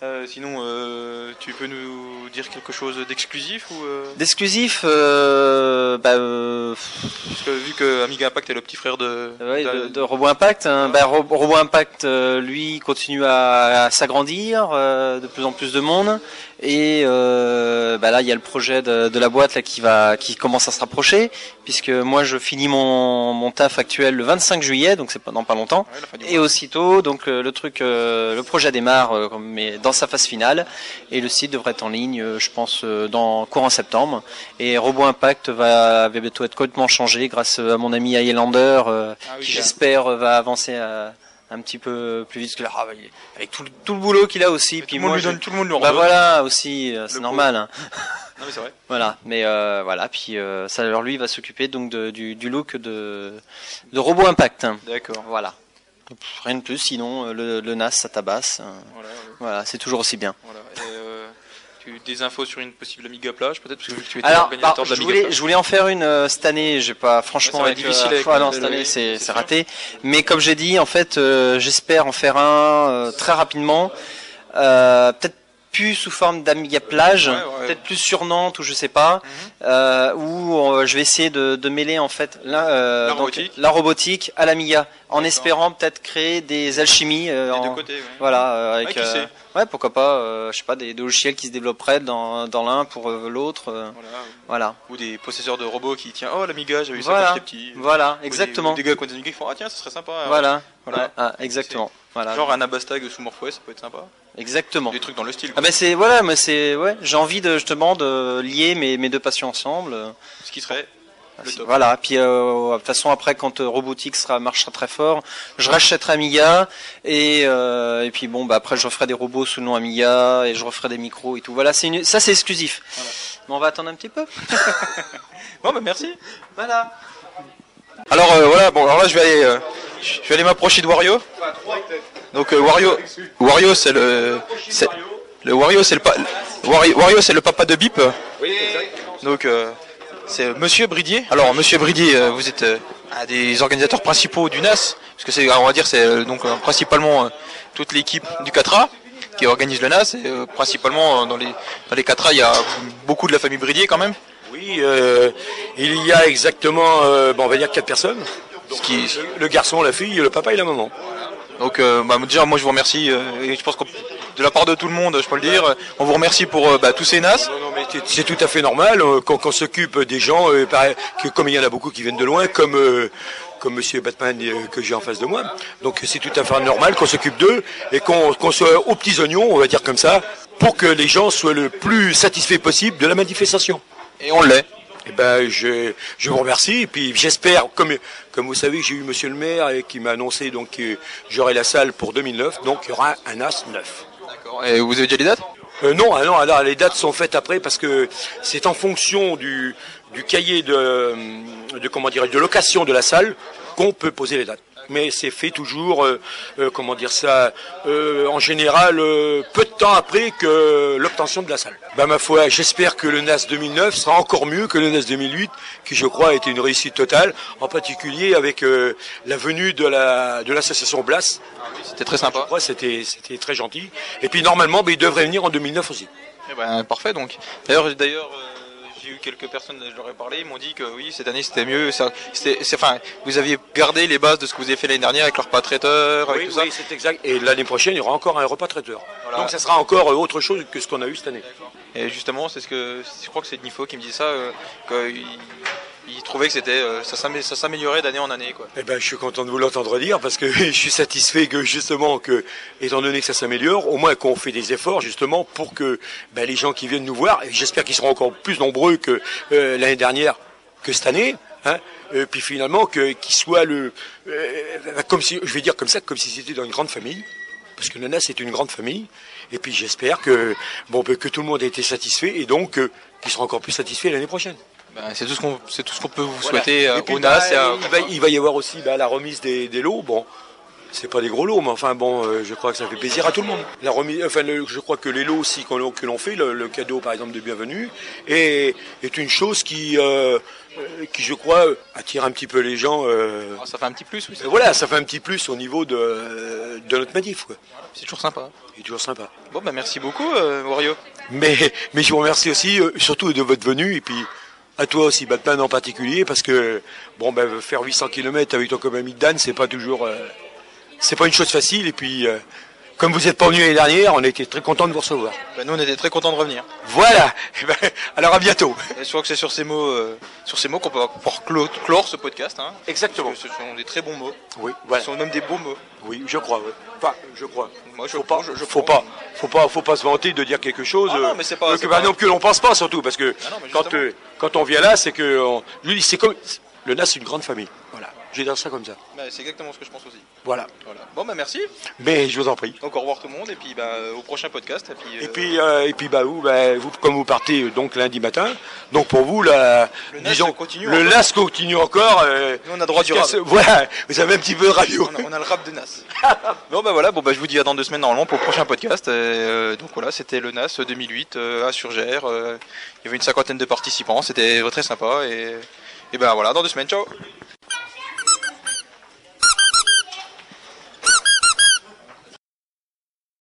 [SPEAKER 1] Euh, sinon, euh, tu peux nous dire quelque chose d'exclusif ou euh,
[SPEAKER 10] D'exclusif, euh, bah, euh,
[SPEAKER 1] parce que vu que Amiga Impact est le petit frère de,
[SPEAKER 10] ouais,
[SPEAKER 1] d'A-
[SPEAKER 10] de, de Robo Impact. hein. Bah, Ro- Robo Impact, euh, lui, continue à, à s'agrandir, euh, de plus en plus de monde. Et euh, bah, là, il y a le projet de, de la boîte là qui va, qui commence à se rapprocher, puisque moi, je finis mon, mon taf actuel le 25 juillet, donc c'est pendant pas longtemps. et aussitôt, donc euh, le truc, euh, le projet démarre, euh, comme- mais dans sa phase finale, et le site devrait être en ligne, euh, je pense, euh, dans courant septembre. Et Robot Impact va, va bientôt être complètement changé grâce euh, à mon ami Highlander, euh,
[SPEAKER 1] Ah
[SPEAKER 10] qui j'espère euh, va avancer euh, un petit peu plus vite que là. Ah, bah, il- avec tout, le- tout le boulot qu'il a aussi, puis
[SPEAKER 1] le monde
[SPEAKER 10] moi,
[SPEAKER 1] lui
[SPEAKER 10] je-
[SPEAKER 1] donne- tout le monde lui en
[SPEAKER 10] Bah
[SPEAKER 1] donne.
[SPEAKER 10] voilà aussi, euh, c'est normal. hein.
[SPEAKER 1] Non, mais c'est vrai.
[SPEAKER 10] Voilà, mais euh, voilà, puis euh, ça, alors lui il va s'occuper donc de- du, du look de, de Robot Impact. D'accord. Voilà. Pff, Rien de plus, sinon euh, le, le NAS ça tabasse. hein.
[SPEAKER 1] Voilà,
[SPEAKER 10] Voilà,
[SPEAKER 1] ouais.
[SPEAKER 10] c'est toujours aussi bien.
[SPEAKER 1] Voilà. Et, euh, tu, des infos sur une possible Amiga plage, peut-être, parce que vu que tu étais
[SPEAKER 10] Alors,
[SPEAKER 1] l'organisateur
[SPEAKER 10] par-
[SPEAKER 1] de
[SPEAKER 10] je,
[SPEAKER 1] l'Amiga
[SPEAKER 10] voulais,
[SPEAKER 1] plage.
[SPEAKER 10] je voulais en faire une euh, cette année, j'ai pas franchement
[SPEAKER 1] Ouais, ça va
[SPEAKER 10] avec,
[SPEAKER 1] être difficile
[SPEAKER 10] euh,
[SPEAKER 1] avec
[SPEAKER 10] ah non,
[SPEAKER 1] le-
[SPEAKER 10] cette année
[SPEAKER 1] le-
[SPEAKER 10] c'est c'est raté. Mais comme j'ai dit, en fait, euh, j'espère en faire un euh, très rapidement, Euh, peut-être plus sous forme d'Amiga plage, peut-être plus sur Nantes ou je sais pas,
[SPEAKER 1] Mhm.
[SPEAKER 10] euh, où euh, je vais essayer de, de mêler en fait la, euh,
[SPEAKER 1] La
[SPEAKER 10] donc,
[SPEAKER 1] robotique.
[SPEAKER 10] la robotique à l'Amiga, en espérant peut-être créer des alchimies. euh, en- Voilà, euh, avec,
[SPEAKER 1] Ouais, qui
[SPEAKER 10] euh,
[SPEAKER 1] sait.
[SPEAKER 10] ouais, pourquoi pas, euh, je sais pas, des, des logiciels qui se développeraient dans, dans l'un pour euh, l'autre. euh, voilà.
[SPEAKER 1] Ou des possesseurs de robots qui tiens oh l'Amiga j'avais eu
[SPEAKER 10] Voilà.
[SPEAKER 1] ça quand j'étais petit
[SPEAKER 10] Voilà,
[SPEAKER 1] Ou des-
[SPEAKER 10] exactement.
[SPEAKER 1] ou des, gars qui ont des Amiga qui font ah tiens ce serait sympa
[SPEAKER 10] Voilà. Ouais. Ah, exactement. Voilà.
[SPEAKER 1] genre un abastag sous Morphway ça peut être sympa
[SPEAKER 10] exactement
[SPEAKER 1] des trucs dans le style
[SPEAKER 10] Ah ben c'est voilà, mais c'est ouais, j'ai envie de justement de lier mes, mes deux passions ensemble. euh,
[SPEAKER 1] ce qui serait le top
[SPEAKER 10] Voilà, puis euh, de toute façon après quand euh, Robotique sera marchera très fort, je rachèterai Amiga et euh, et puis bon bah après je referai des robots sous le nom Amiga et je referai des micros et tout. Voilà, c'est une- ça c'est exclusif. Mais on va attendre un petit peu.
[SPEAKER 1] bon bah merci.
[SPEAKER 10] Voilà.
[SPEAKER 1] alors euh, voilà bon alors là je vais aller euh, je vais aller m'approcher de Wario donc euh, Wario Wario c'est le c'est- le Wario c'est le pa- Wario, Wario, c'est le papa de Bip euh, donc euh, c'est Monsieur Bridier alors Monsieur Bridier euh, vous êtes euh, un des organisateurs principaux du NAS parce que c'est on va dire c'est euh, donc euh, principalement euh, toute l'équipe du 4A qui organise le NAS et euh, principalement euh, dans les dans les 4A il y a beaucoup de la famille Bridier quand même
[SPEAKER 20] Oui, euh, il y a exactement, euh, bon, on va dire quatre personnes. le garçon, la fille, le papa et la maman.
[SPEAKER 1] Donc euh, bah, déjà moi je vous remercie euh, et je pense que de la part de tout le monde je peux le dire euh, on vous remercie pour euh, bah, tous ces NAS.
[SPEAKER 20] C'est- C'est tout à fait normal euh, qu'on qu'on s'occupe des gens, euh, pareil, que, comme il y en a beaucoup qui viennent de loin, comme, euh, comme Monsieur Batman euh, que j'ai en face de moi. Donc c'est tout à fait normal qu'on s'occupe d'eux et qu'on qu'on soit aux petits oignons, on va dire comme ça, pour que les gens soient le plus satisfaits possible de la manifestation.
[SPEAKER 1] Et on l'est.
[SPEAKER 20] Eh ben, je, je vous remercie et puis j'espère, comme, comme vous savez, j'ai eu Monsieur le maire et qui m'a annoncé donc que j'aurai la salle pour 2009, donc il y aura un as neuf.
[SPEAKER 1] Et vous avez déjà les dates
[SPEAKER 20] Euh, non, ah non, alors les dates sont faites après parce que c'est en fonction du, du cahier de, euh, de comment dirais de location de la salle qu'on peut poser les dates. Mais c'est fait toujours, euh, euh, comment dire ça, euh, en général euh, peu de temps après que l'obtention de la salle. Bah ma foi, j'espère que le NAS 2009 sera encore mieux que le NAS 2008, qui je crois a été une réussite totale, en particulier avec euh, la venue de la de l'association Blas.
[SPEAKER 1] Ah C'était très sympa.
[SPEAKER 20] Je crois que c'était c'était très gentil. Et puis normalement, bah, il devrait venir en 2009 aussi.
[SPEAKER 1] Eh ben, parfait donc. D'ailleurs, d'ailleurs, euh, j'ai eu quelques personnes, je leur ai parlé, ils m'ont dit que oui, cette année c'était mieux. ça- c'était- c'est- enfin, vous aviez gardé les bases de ce que vous avez fait l'année dernière avec leur pas traiteur, avec
[SPEAKER 20] Oui,
[SPEAKER 1] tout
[SPEAKER 20] oui, c'est exact. Et l'année prochaine, il y aura encore un repas traiteur. Donc ça sera encore euh, autre chose que ce qu'on a eu cette année.
[SPEAKER 1] ça. Et justement, c'est ce que je crois que c'est Nifo qui me dit ça, euh, qu'il il trouvait que c'était euh, ça s'amé- ça s'améliorait d'année en année quoi.
[SPEAKER 20] Eh ben, je suis content de vous l'entendre dire parce que je suis satisfait que justement que, étant donné que ça s'améliore, au moins qu'on fait des efforts justement pour que ben, les gens qui viennent nous voir, et j'espère qu'ils seront encore plus nombreux que euh, l'année dernière, que cette année. Hein, et puis finalement que qu'ils soient le euh, comme si je vais dire comme ça comme si c'était dans une grande famille parce que Nana c'est une grande famille et puis j'espère que bon ben, que tout le monde a été satisfait et donc euh, qu'ils seront encore plus satisfaits l'année prochaine.
[SPEAKER 1] Ben, c'est tout ce qu'on c'est tout ce qu'on peut vous
[SPEAKER 20] Voilà.
[SPEAKER 1] souhaiter euh,
[SPEAKER 20] Et puis,
[SPEAKER 1] au NAS
[SPEAKER 20] bah,
[SPEAKER 1] et à-
[SPEAKER 20] il, va, il va y avoir aussi bah, la remise des, des lots. Bon, c'est pas des gros lots, mais enfin bon, euh, je crois que ça fait plaisir à tout le monde. La remise, enfin, le- je crois que les lots aussi qu'on l'on- que l'on fait, le, le cadeau par exemple de bienvenue, est, est une chose qui, euh, euh, qui je crois, attire un petit peu les gens. euh,
[SPEAKER 1] Oh, ça fait un petit plus. Oui,
[SPEAKER 20] euh, Voilà, ça fait un petit plus au niveau Euh, de, de notre manif. quoi.
[SPEAKER 1] C'est toujours sympa.
[SPEAKER 20] C'est toujours sympa.
[SPEAKER 1] Bon ben merci beaucoup euh, Wario.
[SPEAKER 20] Mais, mais je vous remercie aussi, euh, surtout de votre venue, et puis à toi aussi, Batman en particulier, parce que bon, ben, faire 800 km avec ton copain Dan, c'est pas toujours, euh, c'est pas une chose facile, et puis euh, Comme vous n'êtes pas venu l'année dernière, on était très contents de vous recevoir.
[SPEAKER 1] Bah, nous, on était très contents de revenir.
[SPEAKER 20] Voilà. Eh ben, alors à bientôt.
[SPEAKER 1] Et je crois que c'est sur ces mots, euh, sur ces mots qu'on peut pouvoir clo- clore ce podcast. hein.
[SPEAKER 20] Exactement.
[SPEAKER 1] Parce que ce sont des très bons mots.
[SPEAKER 20] Oui,
[SPEAKER 1] Ce sont même des beaux mots.
[SPEAKER 20] Oui, je crois. oui. Enfin, je crois. faut pas, faut pas, faut pas, faut pas se vanter de dire quelque chose.
[SPEAKER 1] Ah non,
[SPEAKER 20] euh,
[SPEAKER 1] mais c'est pas-
[SPEAKER 20] euh,
[SPEAKER 1] c'est
[SPEAKER 20] que, bah
[SPEAKER 1] pas- Ah
[SPEAKER 20] non, que l'on pense pas surtout, parce que quand euh, quand on vient là, c'est que on- je dis, c'est comme le NAS, c'est une grande famille. Voilà, j'ai dit ça comme ça.
[SPEAKER 1] Bah, c'est exactement ce que je pense aussi.
[SPEAKER 20] Voilà.
[SPEAKER 1] Voilà. Bon, bah merci.
[SPEAKER 20] Mais je vous en prie.
[SPEAKER 1] Donc au revoir tout le monde et puis bah, euh, au prochain podcast. Et puis, euh,
[SPEAKER 20] Et puis, euh, et puis bah, vous, bah, vous, comme vous partez euh, donc lundi matin, donc pour vous, la, le disons, le
[SPEAKER 1] encore.
[SPEAKER 20] LAS continue encore. euh,
[SPEAKER 1] nous, on a droit du
[SPEAKER 20] jusqu'à
[SPEAKER 1] rap.
[SPEAKER 20] ce- Voilà, vous avez un petit peu de radio.
[SPEAKER 1] On a, on a le rap de Nas. bon bah voilà, bon bah je vous dis à dans deux semaines normalement pour le prochain podcast. Et, euh, donc voilà, c'était le Nas 2008 euh, à Surgère. euh, il y avait une cinquantaine de participants, c'était très sympa et, et ben voilà, dans deux semaines, ciao.